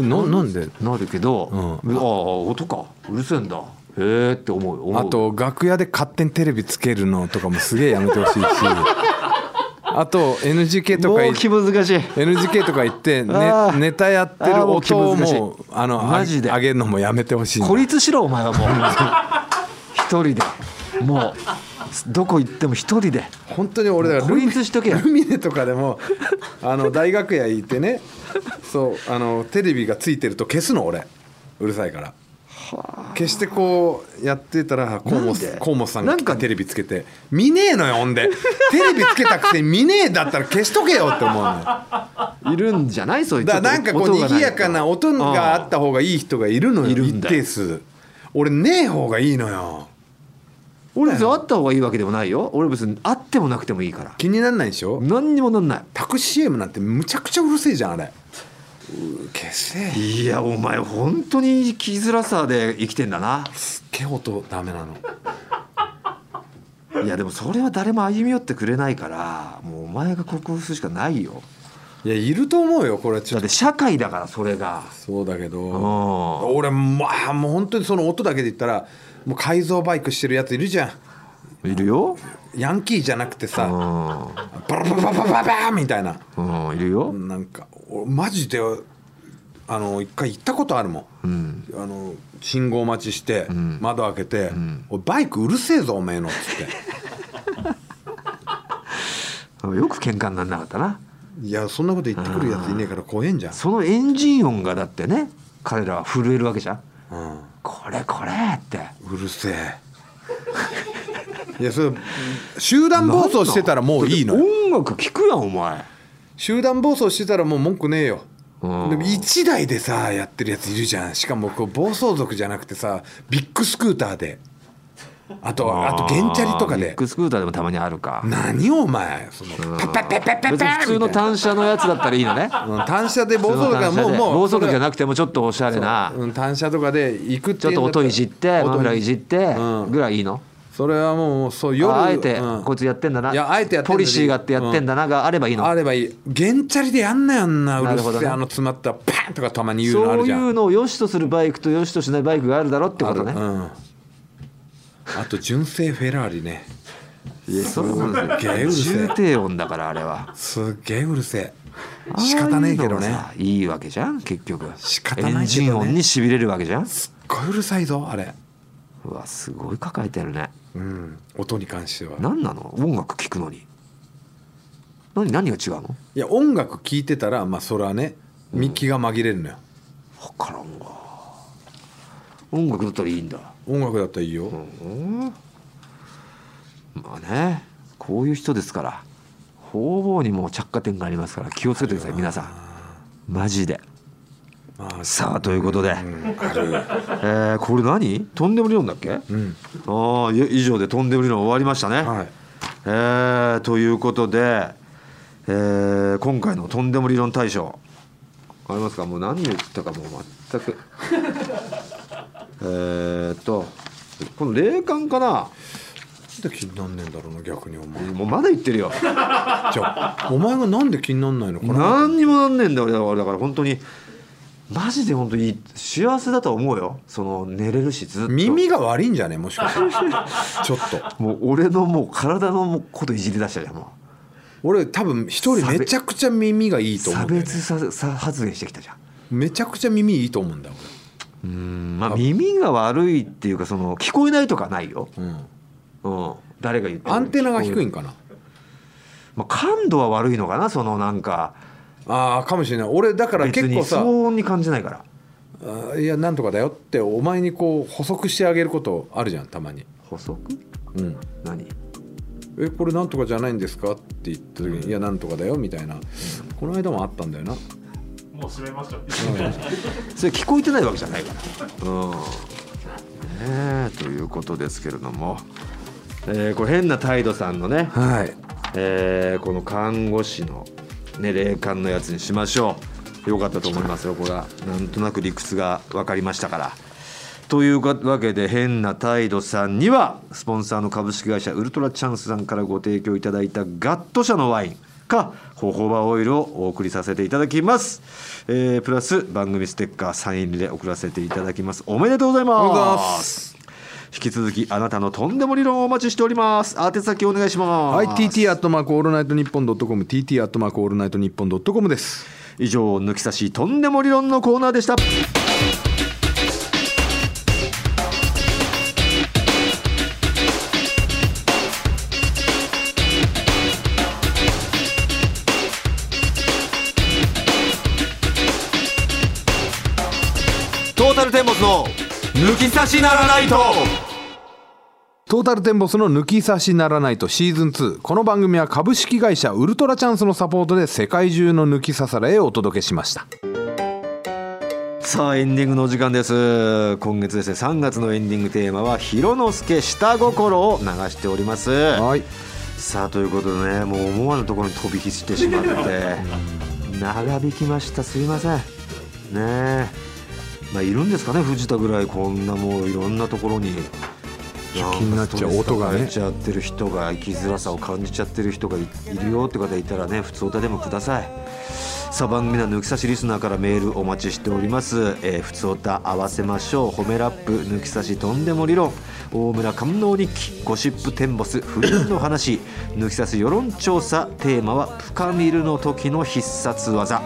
S2: ななんで
S1: なるけど、ああ音かうるせえんだへえって思うよ思う
S2: あと楽屋で勝手にテレビつけるのとかもすげえやめてほし
S1: [LAUGHS]
S2: いしあと NGK と
S1: も
S2: かいう
S1: 気難しい
S2: NGK とか行って、ね
S1: あ、ー
S2: ネタやって
S1: あ
S2: る
S1: ーもう気
S2: 音を
S1: 難しい
S2: もうあのあ
S1: マジで
S2: 上げるのもやめてほしいな
S1: 孤立しろお前はもう
S2: [LAUGHS]
S1: 一人でもうどこ行っても一人で
S2: 本当に俺だから
S1: 孤
S2: ルミ
S1: 立しとけよ
S2: ルミネとか
S1: [LAUGHS]
S2: でもあの大学や行ってねそうあのテレビがついてると消すの俺うるさいから消してこうやってたら河本
S1: なんで
S2: 河本さんが来て
S1: なんか
S2: テレビつけて見ねえのよほんでテレビつけたくて見ねえだったら消しとけよって思うの
S1: [LAUGHS]
S2: よ
S1: いるんじゃないそういう
S2: だからなんかこう賑やかな音があった方がいい人がいるのよ
S1: いるん
S2: 一
S1: だよ
S2: 定数俺ねえ方がいいのよ
S1: 俺別にあった方がいいわけでもないよ俺別にあってもなくてもいいから
S2: 気になんないでしょ
S1: 何にもなんな
S2: タクシー CM なんてむちゃくちゃうるせえじゃんあれう消せえ
S1: いいやお前本当に生きづらさで生きてんだな
S2: すっげえ音ダメなの
S1: いやでもそれは誰も歩み寄ってくれないからもうお前が克服するしかないよ
S2: いやいると思うよこれちょ
S1: だ
S2: っ
S1: っ
S2: と
S1: て社会だからそれが
S2: そうだけど
S1: う
S2: 俺まあもう本当にその音だけで言ったらもう改造バイクしてるやついるじゃん
S1: んいるよ
S2: ヤンキーじゃなくて
S1: う
S2: さ
S1: ん、
S2: バラバラバラバラバラみたいな
S1: うん、いるよ、
S2: なんかおマジであの一回行ったことあるもん、あの信号待ちして、窓開けて、おいバイクうるせえぞおめえの」っつって
S1: よく喧嘩にならなかったな
S2: 「いやそんなこと言ってくるやついねえから怖えんじゃん」
S1: そのエンジン音がだってね彼らは震えるわけじゃん
S2: うん
S1: これこれって
S2: うるせえいやそれ集団暴走してたらもういいのよ
S1: 音楽聴くやんお前
S2: 集団暴走してたらもう文句ねえよ
S1: うん
S2: でも1台でさやってるやついるじゃんしかもこう暴走族じゃなくてさビッグスクーターであとあと原チャリとか
S1: ビ
S2: で
S1: ッグスクーターでもたまにあるか
S2: 何お前そのパッパッパッパッパッ
S1: 別
S2: パ
S1: に
S2: ッ
S1: 普通の
S2: みたい
S1: 単車のやつだったらいいのね
S2: なうん単車で暴
S1: 普通の
S2: 走族が
S1: 単車
S2: もう
S1: で
S2: も
S1: 暴
S2: う
S1: 走
S2: それ
S1: 族じゃなくてもちょっとおしゃれな
S2: うん単車とかで行くって
S1: ちょっと音いじってマフラーいじって
S2: うん
S1: ぐらいいいの
S2: それはもうそう夜
S1: ああえて
S2: うん
S1: こいつやってんだない
S2: やあえてやってんだけど
S1: ポリシーがあってやってんだながあればいいの
S2: あればいい原チャリでやんなよあんなう
S1: な
S2: る
S1: るほど
S2: せ
S1: ね
S2: えあの詰まったパーンとかたまに言うのあ
S1: そ
S2: る
S1: う
S2: じ
S1: い
S2: ゃん
S1: うのを良しとするバイクと良しとしないバイクがあるだろってことね
S2: うんあと純正フェラーリね
S1: いやそれも
S2: すっげえうるせえ
S1: 重低音だからあれは
S2: すっげえうるせえ仕方ねえけど
S1: ああいうの
S2: ね
S1: がさいいわけじゃん結局
S2: 仕方ないけどね
S1: エンジン音にしびれるわけじゃん
S2: すっごいうるさいぞあれ
S1: うわすごい抱えてるね
S2: うん音に関しては
S1: 何なの音楽聴くのに何何が違うの
S2: いや音楽聴いてたらまあそれはね幹が紛れるのよ、
S1: 分からんわ音楽だったらいいんだ
S2: 音楽だったらいいよ、
S1: まあねこういう人ですから方々にも着火点がありますから気をつけてください皆さんマジで
S2: まあ
S1: さあということで、
S2: うんある
S1: えーこれ何とんでも理論だっけ、
S2: うん
S1: ああい以上でとんでも理論終わりましたね、
S2: はい
S1: えーということで、えー今回のとんでも理論大賞わかりますかもう何を言ったかもう全く [LAUGHS] えーっとこの霊感かな
S2: なんで気になんねえんだろうな逆にお前
S1: もうまだ言ってるよ [LAUGHS]
S2: じゃあお前がなんで気になんないのかな
S1: 何にもなんねえんだ俺はだから本当にマジで本当に幸せだと思うよその寝れるしずっと
S2: 耳が悪いんじゃねえもしかしてちょっと
S1: もう俺のもう体のもうこといじり出したじゃんも
S2: 俺多分一人めちゃくちゃ耳がいういと思う
S1: 差
S2: んだよ、ね、
S1: 別ささ発言してきたじゃん
S2: めちゃくちゃ耳いいと思うんだ
S1: うんまあ耳が悪いっていうかその聞こえないとかないよ、
S2: 俺、うん、
S1: うん、誰が言っても
S2: アンテナが
S1: 聞
S2: 低
S1: こえ
S2: い
S1: る、
S2: んかな
S1: まあ、感度は悪いのかなそのなんか
S2: ああかもしれない俺だから
S1: 別
S2: 結
S1: に
S2: 構さ
S1: 騒音に感じないから
S2: 「あーいやなんとかだよ」ってお前にこう補足してあげることあるじゃんたまに
S1: 補足
S2: 「うん、
S1: 何
S2: えこれなんとかじゃないんですか?」って言った時に「いやなんとかだよ」みたいな、この間もあったんだよな、
S4: もう閉めましょう。
S1: それ聞こえてないわけじゃないから。うん。ねえということですけれども、えーこれ変な態度さんのね、
S2: はい
S1: えーこの看護師の、ね、霊感のやつにしましょう。よかったと思いますよ、これは。なんとなく理屈が分かりましたから。というわけで変な態度さんにはスポンサーの株式会社ウルトラチャンスさんからご提供いただいたガット社のワインかホホバオイルをお送りさせていただきます、えープラス番組ステッカーサイン入りで送らせていただきますおめでとうござい
S2: おめでとうござい
S1: ま
S2: ます
S1: 引き続きあなたのとんでも理論をお待ちしております宛先お願いします
S2: はい TT アットマークオールナイトニッポンドットコム TT アットマークオールナイトニッポンドットコムです
S1: 以上抜き差しとんでも理論のコーナーでしたトータルテンボスの抜き差しならないと
S2: トータルテンボスの抜き差しならないとシーズン2この番組は株式会社ウルトラチャンスのサポートで世界中の抜き差されへお届けしました
S1: さあエンディングのお時間です今月ですね3月のエンディングテーマは「ひろのすけ下心」を流しております
S2: はい
S1: さあということでねもう思わぬところに飛び火してしまって長引きましたすいませんねえまあいるんですかね藤田ぐらいこんなもういろんなところに
S2: 気になっちゃう
S1: なんかストレス
S2: 音がね
S1: 抱えちゃってる人が生きづらさを感じちゃってる人がいいるよって方いたらね普通歌でもくださいさあ番組の抜き差しリスナーからメールお待ちしております、えー、普通歌合わせましょう褒めラップ抜き差しとんでも理論大村官能日記ゴシップテンボス不倫の話抜き差し世論調査テーマは「プカミルの時の必殺技」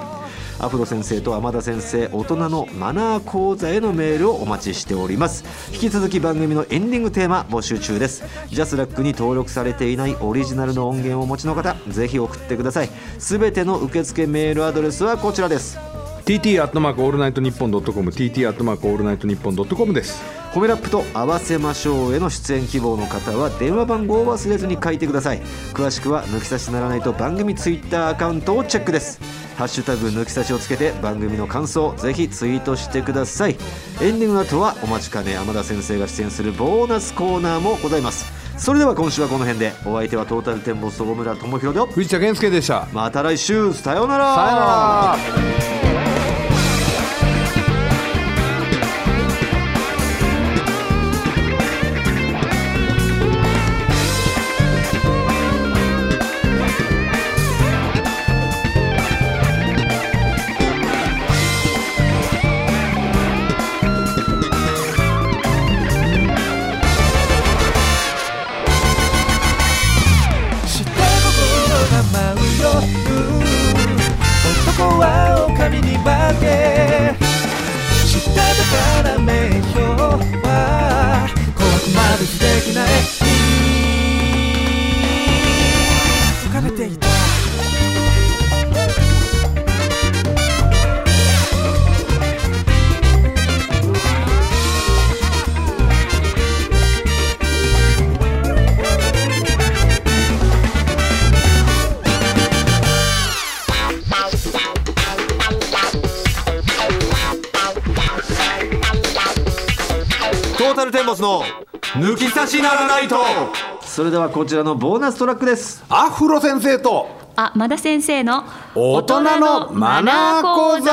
S1: アフロ先生と天田先生大人のマナー講座へのメールをお待ちしております引き続き番組のエンディングテーマ募集中ですジャスラックに登録されていないオリジナルの音源をお持ちの方ぜひ送ってくださいすべての受付メールアドレスはこちらです
S2: TT アットマークオールナイトニッポンドットコム TT アットマークオールナイトニッポンドットコムです
S1: コメラップと合わせましょうへの出演希望の方は電話番号を忘れずに書いてください詳しくは抜き差しならないと番組ツイッターアカウントをチェックですハッシュタグ抜き差しをつけて番組の感想をぜひツイートしてくださいエンディングの後はお待ちかね天田先生が出演するボーナスコーナーもございますそれでは今週はこの辺でお相手はトータルテンボス大村智広で
S2: 藤田健介でした
S1: また来週さようなら
S2: さよなら
S4: 下心が舞うよ男は狼に化け下だから名標は怖くまでできない浮かべていた
S1: トータルテンボスの抜き差しならないとそれではこちらのボーナストラックです
S2: アフロ先生と
S5: あ、まだ先生の
S2: 大人のマナー講座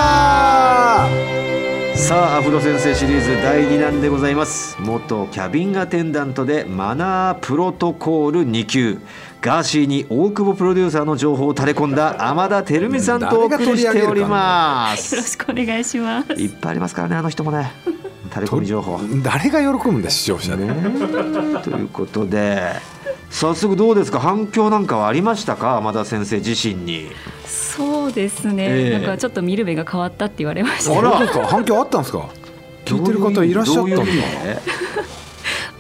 S1: さあアフロ先生シリーズ第2弾でございます元キャビンアテンダントでマナープロトコール2級ガーシーに大久保プロデューサーの情報を垂れ込んだ天田照美さんとお送りしておりま
S5: よろ
S1: す
S5: しくお願いします。
S1: いっぱいありますからねあの人もね垂れ込み情報
S2: 誰が喜ぶんだ視聴者ね
S1: ということで早速どうですか反響なんかはありましたか天田先生自身に
S5: そうですね、
S1: ええ
S5: なんかちょっと見る目が変わったって言われました。
S2: あらですか反響あったんですか聞いてる方いらっしゃったんだ
S1: どういう意味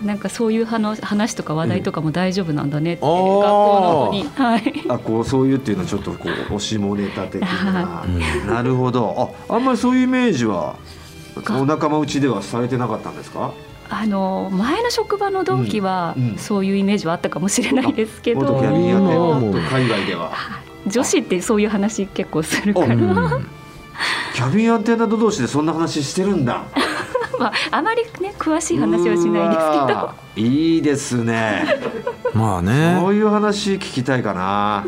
S1: で
S5: なんかそういう話話とか話題とかも大丈夫なんだねって、
S2: うん
S5: 学校の子に、
S2: あ
S5: はい。
S1: あこうそういうっていうのはちょっとこう押しもネタ的
S5: [LAUGHS]
S1: な、なるほどああんまりそういうイメージはお仲間内ではされてなかったんですか
S5: あの前の職場の同期は、
S1: うんうん
S5: そういうイメージはあったかもしれないですけ
S1: 元
S5: ど
S1: キ、ャビンアテンダン
S2: う
S1: ト
S2: ん
S1: 海外では
S5: 女子ってそういう話結構するから、
S1: う
S5: ま
S1: キャビンアテンダント同士でそんな話してるんだ
S5: ああ [LAUGHS] まりね詳しい話はしないですけ
S1: う
S5: ど。
S1: わーいいですね
S2: まあね
S1: そういう話聞きたいかな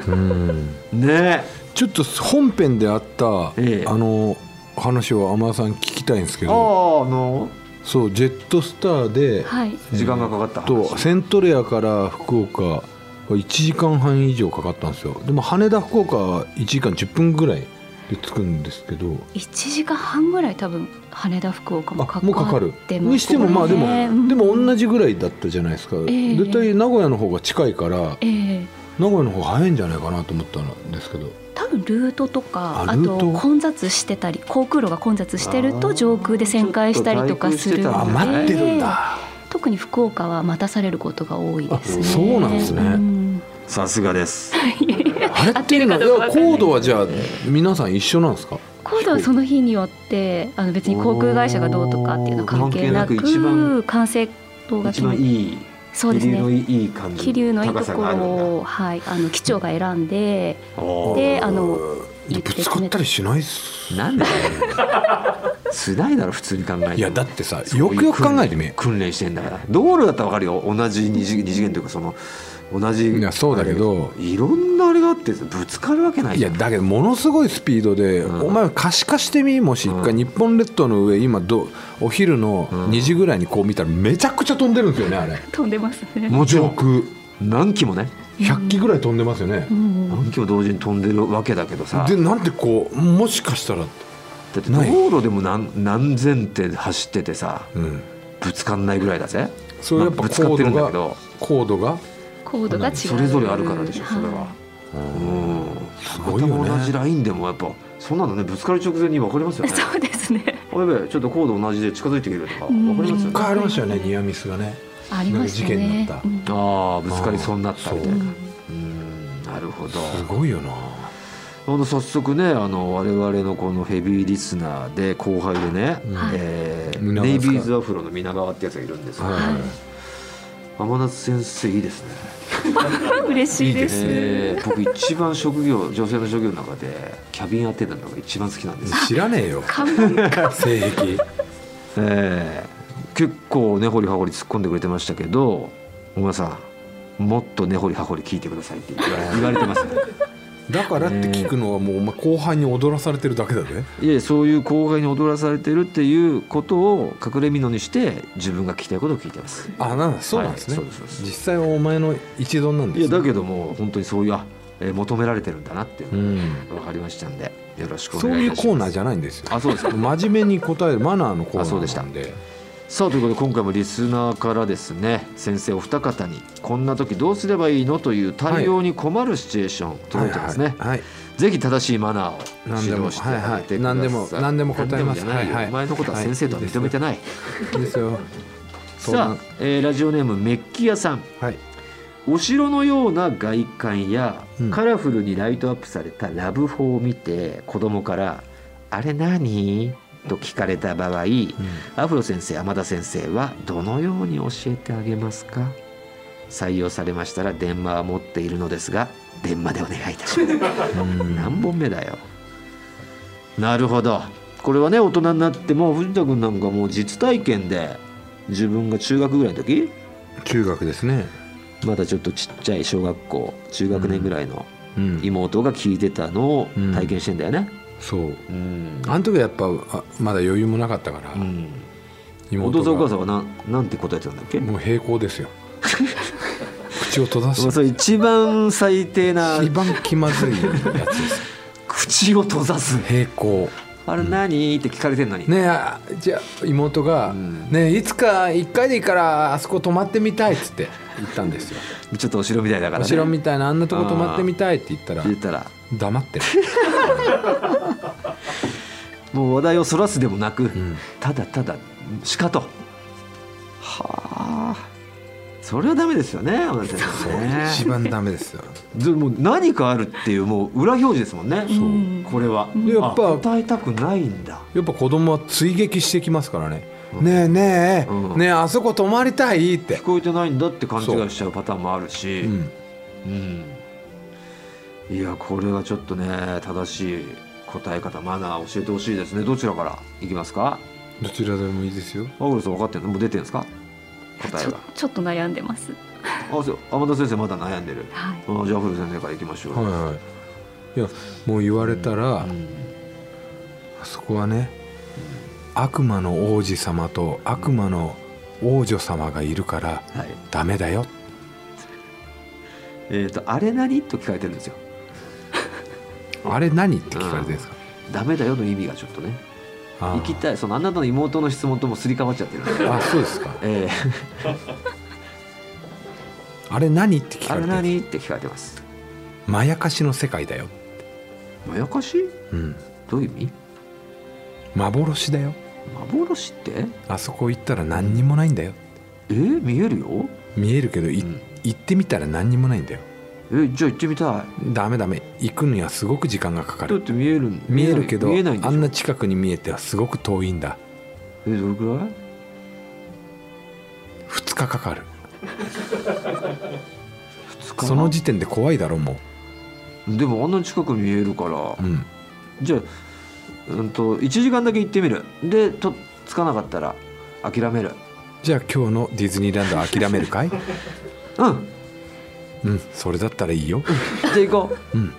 S1: ね
S2: ちょっと本編であった、
S1: ええ
S2: あの話を天田さん聞きたいんですけ
S1: ああ
S2: ど
S1: の
S2: そうジェットスターで、
S5: はい
S1: 時間がかかった
S2: とセントレアから福岡が1時間半以上かかったんですよでも羽田福岡は1時間10分ぐらいで着くんですけど
S5: 1時間半ぐらい多分羽田福岡も
S2: あ
S5: かかって
S2: もうかかる
S5: ます
S2: にしてもまあでも、
S5: ねうん
S2: でも同じぐらいだったじゃないですか、
S5: ええ
S2: 絶対名古屋の方が近いから
S5: ええ
S2: 名古屋の方が早いんじゃないかなと思ったんですけど
S5: 多分ルートとか
S2: あ
S5: あ
S2: ルート
S5: と混雑してたり航空路が混雑してると上空で旋回したりとかする
S1: ちょっと
S5: の
S1: あ
S5: で
S1: 待ってるん
S5: 特に福岡は待たされることが多いですね
S2: あそうなんですね
S5: うん
S1: さすがです
S2: あれっていうの
S5: 合ってるかどう
S2: はい
S5: か
S2: やコードはじゃあ皆さん一緒なんですか
S5: コードはその日によってあの別に航空会社がどうとかっていうのは関係
S1: お
S5: な
S1: ー関係なく
S5: く完成度が
S1: 一
S5: 決
S1: 番
S5: まる
S1: いい
S5: そうです
S1: 気流の
S5: ね
S1: いい感じ
S5: 気流のいいと
S1: 高さ
S5: こ
S1: があるんだ
S5: ろを、はい、あの機長が選んで
S1: おー
S5: であの
S2: ぶつかったりしないっす
S1: なんでしないだろ普通に考えて
S2: いやだってさよくよく考えてみ
S1: そういう訓練訓練してんだから道路だったら分かるよ同じ二次二次元というかその同じ
S2: いやそうだけど
S1: あれいろんなあれがあってぶつかるわけない
S2: い
S1: じゃ
S2: や
S1: ん
S2: だけどものすごいスピードで、
S1: うん
S2: お前可視化してみもし一回
S1: うん
S2: 日本列島の上今どうお昼の
S1: ん
S2: 2時ぐらいにこう見たらめちゃくちゃ飛んでるんですよねあれ
S5: 飛んでますね。
S1: もちろ
S2: 上
S1: ん
S2: 空
S1: 何機もね
S2: 100機ぐらい飛んでますよね
S5: う、ん
S1: 何機も同時に飛んでるわけだけどさ
S2: でなんてこうもしかしたら、
S1: だって
S2: ない
S1: 道路でも何何千って走っててさ
S2: うん、
S1: ぶつかんないぐらいだぜ
S2: それやっぱ
S1: まあぶつかってるんだけ
S2: 高
S1: ど
S2: コードが
S5: コードが違う。
S1: それぞれあるからでしょそれは。うん
S2: す
S1: ま
S2: ごい
S1: た
S2: よ
S1: も
S2: ね
S1: 同じラインでもやっぱそんなのねぶつかる直前に分かりますよ
S5: い
S1: ね
S5: そうですね。
S1: あやべえちょっとコード同じで近づいてくるとか
S5: うん
S1: 分かりますよ
S2: 一
S1: ね
S2: 回ありましたよねニアミスがね
S5: ありました
S2: なん
S5: ね。
S2: か事件
S5: うん
S1: ああぶつかりそうになったみたいな
S2: う
S1: うーんなるほど
S2: すごいよな
S1: あの早速ねあの我々のこのヘビーリスナーで後輩でね、
S5: はい
S1: えー
S2: 皆川
S1: ネ
S2: で
S1: イ
S2: すか
S1: ビーズアフロの皆川ってやつがいるんですが、
S2: はい
S1: 天夏先生いいですね、
S5: 嬉しいです。
S1: えー僕一番職業女性の職業の中でキャビンアテンダントが一番好きなんですよ
S2: 知らねえよ
S1: [LAUGHS]
S5: 看板
S2: 性癖
S1: えー結構根掘り葉掘り突っ込んでくれてましたけど小村さんもっと根掘り葉掘り聞いてくださいって言われ [LAUGHS] 言われてますね
S2: だからって聞くのはもうお前後輩に踊らされてるだけだぜ
S1: いやそういう後輩に踊らされてるっていうことを隠れみのにして自分が聞きたいことを聞いてます
S2: あなんだそうなんですね、
S1: はいそうですそうです
S2: 実際はお前の一存なんです
S1: いやだ
S2: ど
S1: けども本当にそういうあ、えー求められてるんだなっていう
S2: う
S1: の
S2: ん、
S1: が分かりましたんでよろしくお
S2: そう
S1: 願い
S2: い
S1: いうたします
S2: コーナーじゃないんですよ
S1: あそうですか [LAUGHS]
S2: 真面目に答えるマナーのコーナ
S1: あそうでし
S2: ー
S1: た
S2: なんで
S1: さあということで今回もリスナーからですね先生お二方にこんな時どうすればいいのという対応に困るシチュエーション届いてますね、
S2: はいはいはい
S1: ぜひ正しいマナーを
S2: 何
S1: 指
S2: でも
S1: 導してあげてください。
S2: はいはい何でも何でも答えま
S1: 何で
S2: す
S1: もじゃないよ
S2: はいはい
S1: お前のことは先生とは認めてない。
S2: いいですよそう
S1: さあ、えーラジオネームメッキ屋さん。
S2: はい
S1: お城のような外観や、
S2: うん
S1: カラフルにライトアップされたラブホを見て子供から「あれ何?」と聞かれた場合、アフロ先生天田先生はどのように教えてあげますか採用されましたら電話は持っているのですが電話でお願いいたします。何本目だよなるほどこれはね大人になっても藤田君なんかもう実体験で自分が中学ぐらいの時
S2: 中学ですね
S1: まだちょっとちっちゃい小学校中学年ぐらいの
S2: うん
S1: 妹が聞いてたのを
S2: うん
S1: 体験してんだよね
S2: そう
S1: うん、
S2: あの時はやっぱあまだ余裕もなかったから、
S1: うん、お
S2: 妹
S1: 父
S2: が
S1: さんお母さんはなんなんて答えてたんだっけ
S2: もう平行 [LAUGHS] ですよ口を閉 [LAUGHS] ざして
S1: それ一番最低な
S2: 一番気まずいやつです [LAUGHS]
S1: 口を閉ざす
S2: 平行
S1: あれ何って聞かれてんのに、
S2: ねえあじゃあ妹が、
S1: ん
S2: ねえいつか一回でいいからあそこ泊まってみたい」っつって言ったんです [LAUGHS] よ
S1: ちょっとお城みたいだから、
S2: お
S1: ね、
S2: 城みたいなあんなとこ泊まってみたいって言ったら
S1: 言ったら
S2: 黙ってる
S1: もう話題をそらすでもなく、
S2: ん
S1: ただただしかとはあそれはダメですよね小田先
S2: [LAUGHS]
S1: 生
S2: 一
S1: ね
S2: 番ダメですよ
S1: でもう何かあるっていうもう裏表示ですもんね
S5: ん
S1: これは
S2: でやっぱ
S1: あ答えたくないんだ
S2: やっぱ子供は追撃してきますからね「ねえねえ、
S1: うん
S2: ねえあそこ泊まりたい」って
S1: 聞、こえてないんだって勘違いしちゃうパターンもあるし
S2: う、ん、
S1: うんいやこれはちょっとね正しい答え方マナー教えてほしいですねどちらからいきますか
S2: どちらでもいいですよ
S1: アグルさん分かってるのもう出てるんですか答
S5: ち
S1: え [LAUGHS]
S5: ょ
S1: が
S5: ちょっと悩んでます。
S1: あそう天田先生まだ悩んでる
S5: はい。
S1: あじゃあ古先生からいきましょう、
S2: はいはいいやもう言われたら、
S1: うん
S2: あそこはね悪魔の王子様と悪魔の王女様がいるから
S1: はい
S2: ダメだよ
S1: えっ、とあれ何と聞かれてるんですよ
S2: あれ何って聞かれてるんですか
S1: ダメだよの意味がちょっとね
S2: あ
S1: 行き
S2: ー
S1: たいそのあなたの妹の質問ともすり替わっちゃってるんで
S2: あそうですか
S1: え
S2: あれ何って聞
S1: ー、あ
S2: かれ
S1: れ何
S2: てるんです
S1: って聞かれてます
S2: まやかしの世界だよ、
S1: まやかし
S2: うん、
S1: どういう意味
S2: 幻だよ
S1: 幻って
S2: あそこ行ったら何にもないんだよ
S1: えー、見えるよ
S2: 見えるけどい
S1: うん
S2: 行ってみたら何にもないんだよ
S1: えーじゃあ行ってみたい
S2: ダメダメ行くにはすごく時間がかか
S1: だっ
S2: る
S1: て見える
S2: 見えるけど
S1: 見えないんで
S2: あ
S1: しょ
S2: んな近くに見えてはすごく遠いんだ
S1: えーどれくらい
S2: 2日かかる
S1: 二日
S2: その時点で怖いだろも
S1: でもあんな近くに見えるから
S2: う、うん、
S1: じゃあ、うん、と1時間だけ行ってみるでとつかなかったら諦める
S2: じゃあ今日のディズニーランドは諦め
S1: [LAUGHS]
S2: るかい
S1: うん
S2: うんそれだったらいいよ、
S1: じゃあ行こう
S2: うん、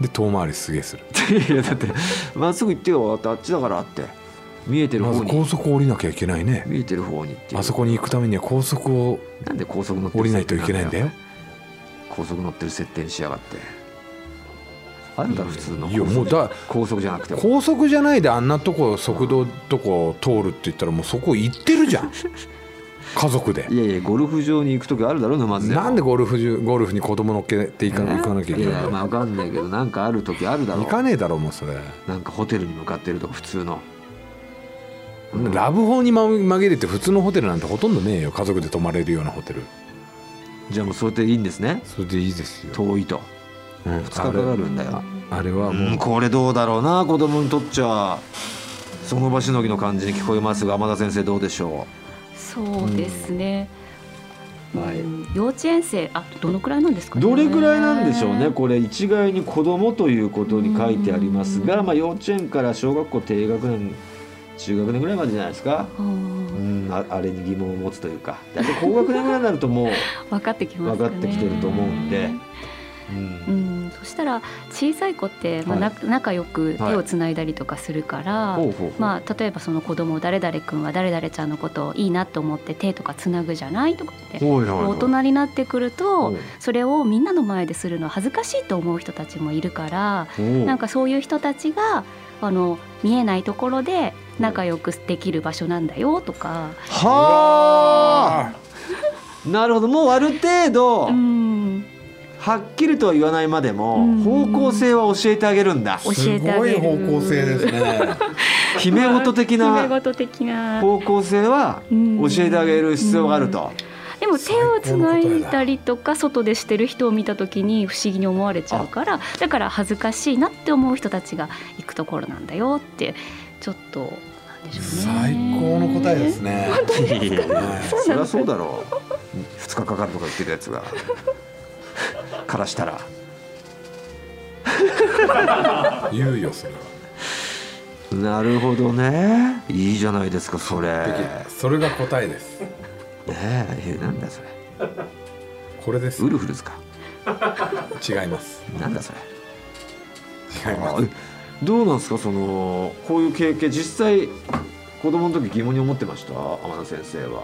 S2: で遠回りすげえする [LAUGHS]
S1: いやだってまっすぐ行ってよってあっちだからって見えてる
S2: まず
S1: 方に
S2: 高速降りなきゃいけないね
S1: 見えてる方にっていう
S2: あそこに行くためには高速を
S1: なんで高速乗って
S2: 降
S1: る
S2: り
S1: 設定
S2: ないといけないんだよ
S1: 高速乗ってる設定にしやがってあるだろ普通の
S2: いやもうだ
S1: 高速じゃなくても
S2: 高速じゃないであんなとこ速道とこ通るって言ったらもうそこ行ってるじ
S1: [LAUGHS]
S2: ゃん家族で
S1: いやいやゴルフ場に行く時あるだろ沼津でも
S2: なんでゴルフ中ゴルフに子供乗っけていか,、行かなきゃい
S1: い
S2: け
S1: やい
S2: ない
S1: やまあわかんないけどなんかある時あるだろ
S2: 行かねえだろもうそれ
S1: なんかホテルに向かってるとか普通の
S2: ラブホにま紛れて普通のホテルなんてほとんどねえよ家族で泊まれるようなホテル
S1: じゃあもうそれでいいんですね
S2: それでいいですよ、
S1: 遠いと
S2: うん、
S1: 2日かかるんだよ
S2: あれは
S1: う
S2: も
S1: ん
S2: う
S1: これどうだろうな子供にとっちゃその場しのぎの感じに聞こえますが天田先生どうでしょ
S5: そうですね、
S1: う、は
S5: うん幼稚園生あどのくらいなんですかね
S1: どれぐらいなんでしょうねこれ一概に子供ということに書いてありますが、まあ、幼稚園から小学校低学年中学年ぐらいまでじゃないですか、
S5: あ
S1: う
S5: ー
S1: ん、ああれに疑問を持つというか大体高学年ぐらいになるともう
S5: 分かってきま
S1: 分
S5: すか
S1: か
S5: ね
S1: ってきてると思うんで、うん
S5: [LAUGHS] うん、そしたら小さい子って、ま
S1: は
S5: あない仲良く手
S1: はい
S5: をつないだりとかするから、
S1: ほうほうほう
S5: まあ、例えばその子供誰々君は誰々ちゃんのことをいいなと思って手とかつなぐじゃないとかって
S1: ほいほいほい
S5: 大人になってくる
S1: う
S5: と
S1: ん
S5: それをみんなの前でするのは恥ずかしいと思う人たちもいるからなんかそういう人たちがあの見えないところで仲良くできる場所なんだよとか。
S1: はあなるほどもうある程度、
S5: うん
S1: はっきりとは言わないまで
S5: う
S1: も
S5: ん
S1: 方向性は教えてあげる
S5: [LAUGHS]
S1: んだ
S5: 教えてあげる
S2: すね
S1: 決め事的
S5: 決め
S1: な
S5: 事的な
S1: 方向性は
S5: うん
S1: 教えてあげる必要があると、
S5: でも手をつないだりとか外でしてる人を見た時に不思議に思われちゃうからだから恥ずかしいなって思う人たちが行くところなんだよってちょっとなんでしょうね
S2: ね
S1: いやいや
S5: そう
S1: そり
S5: な
S1: ゃ
S5: の
S1: そうだろう2日かかるとか言ってたやつがからしたら
S2: 言うよそれは
S1: なるほどねいいじゃないですかそれね
S2: それが答えです
S1: ええなんだそれ
S2: これです
S1: ウルフルズか
S2: 違います
S1: なんだそれ
S2: 違い
S1: あえどうなんですかそのこういう経験実際子供の時疑問に思ってました天野先生は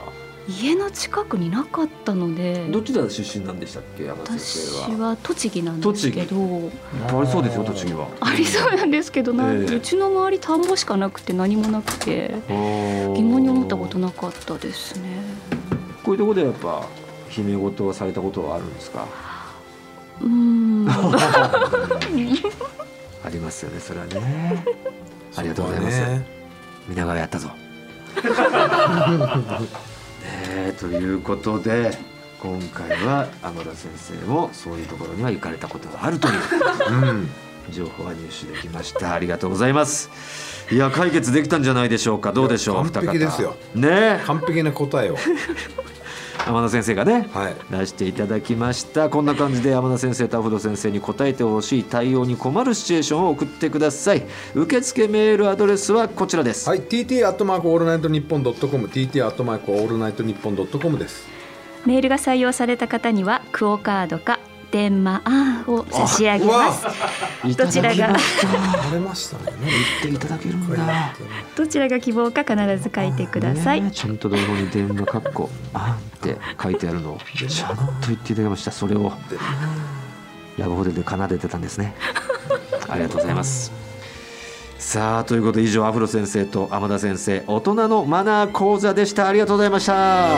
S5: 家の近くになかったので
S1: どっちら出身なんでしたっけ天野先
S5: 私
S1: 生は
S5: は栃木なんですけど
S1: ありそうですよ栃木は
S5: ありそうなんですけどな
S1: ええ
S5: うちの周り田んぼしかなくて何もなくて疑
S1: 疑
S5: 問に思ったことなかったですね。
S1: こういうところでやっぱ秘め事はされたことはあるんですか
S5: うー [LAUGHS] ん
S1: ありますよねそれは [LAUGHS] ねありがとうございます、
S2: そこはね
S1: 見ながらやったぞ [LAUGHS] ねえということで今回は天田先生もそういうところには行かれたことがあるという
S2: うん
S1: 情報が入手できま [LAUGHS] したありがとうございますいや解決できたんじゃないでしょうかどうでしょう
S2: いや完璧ですよ
S1: お二方ね
S2: 完璧な答えを
S1: え天田先生がね
S2: はい
S1: 出していただきましたこんな感じで山田先生とアフロ先生に答えてほしい対応に困るシチュエーションを送ってください受付メールアドレスはこちらです、
S2: はい TT アットマークオールナイトニッポンドットコム TT アットマークオールナイトニッポンドットコムです
S5: メールが採用された方にはクオカードか天満を差し上げますどちらが
S6: 取れましたね。
S1: 言っていただけるんだ
S5: どちらが希望か必ず書いてください
S1: ねえちゃんと台本に電話かっこあんって書いてあるのをちゃんと言っていただきましたそれをラブホテルで奏でてたんですねありがとうございますさあということで以上アフロ先生と天田先生大人のマナー講座でしたありがとうございました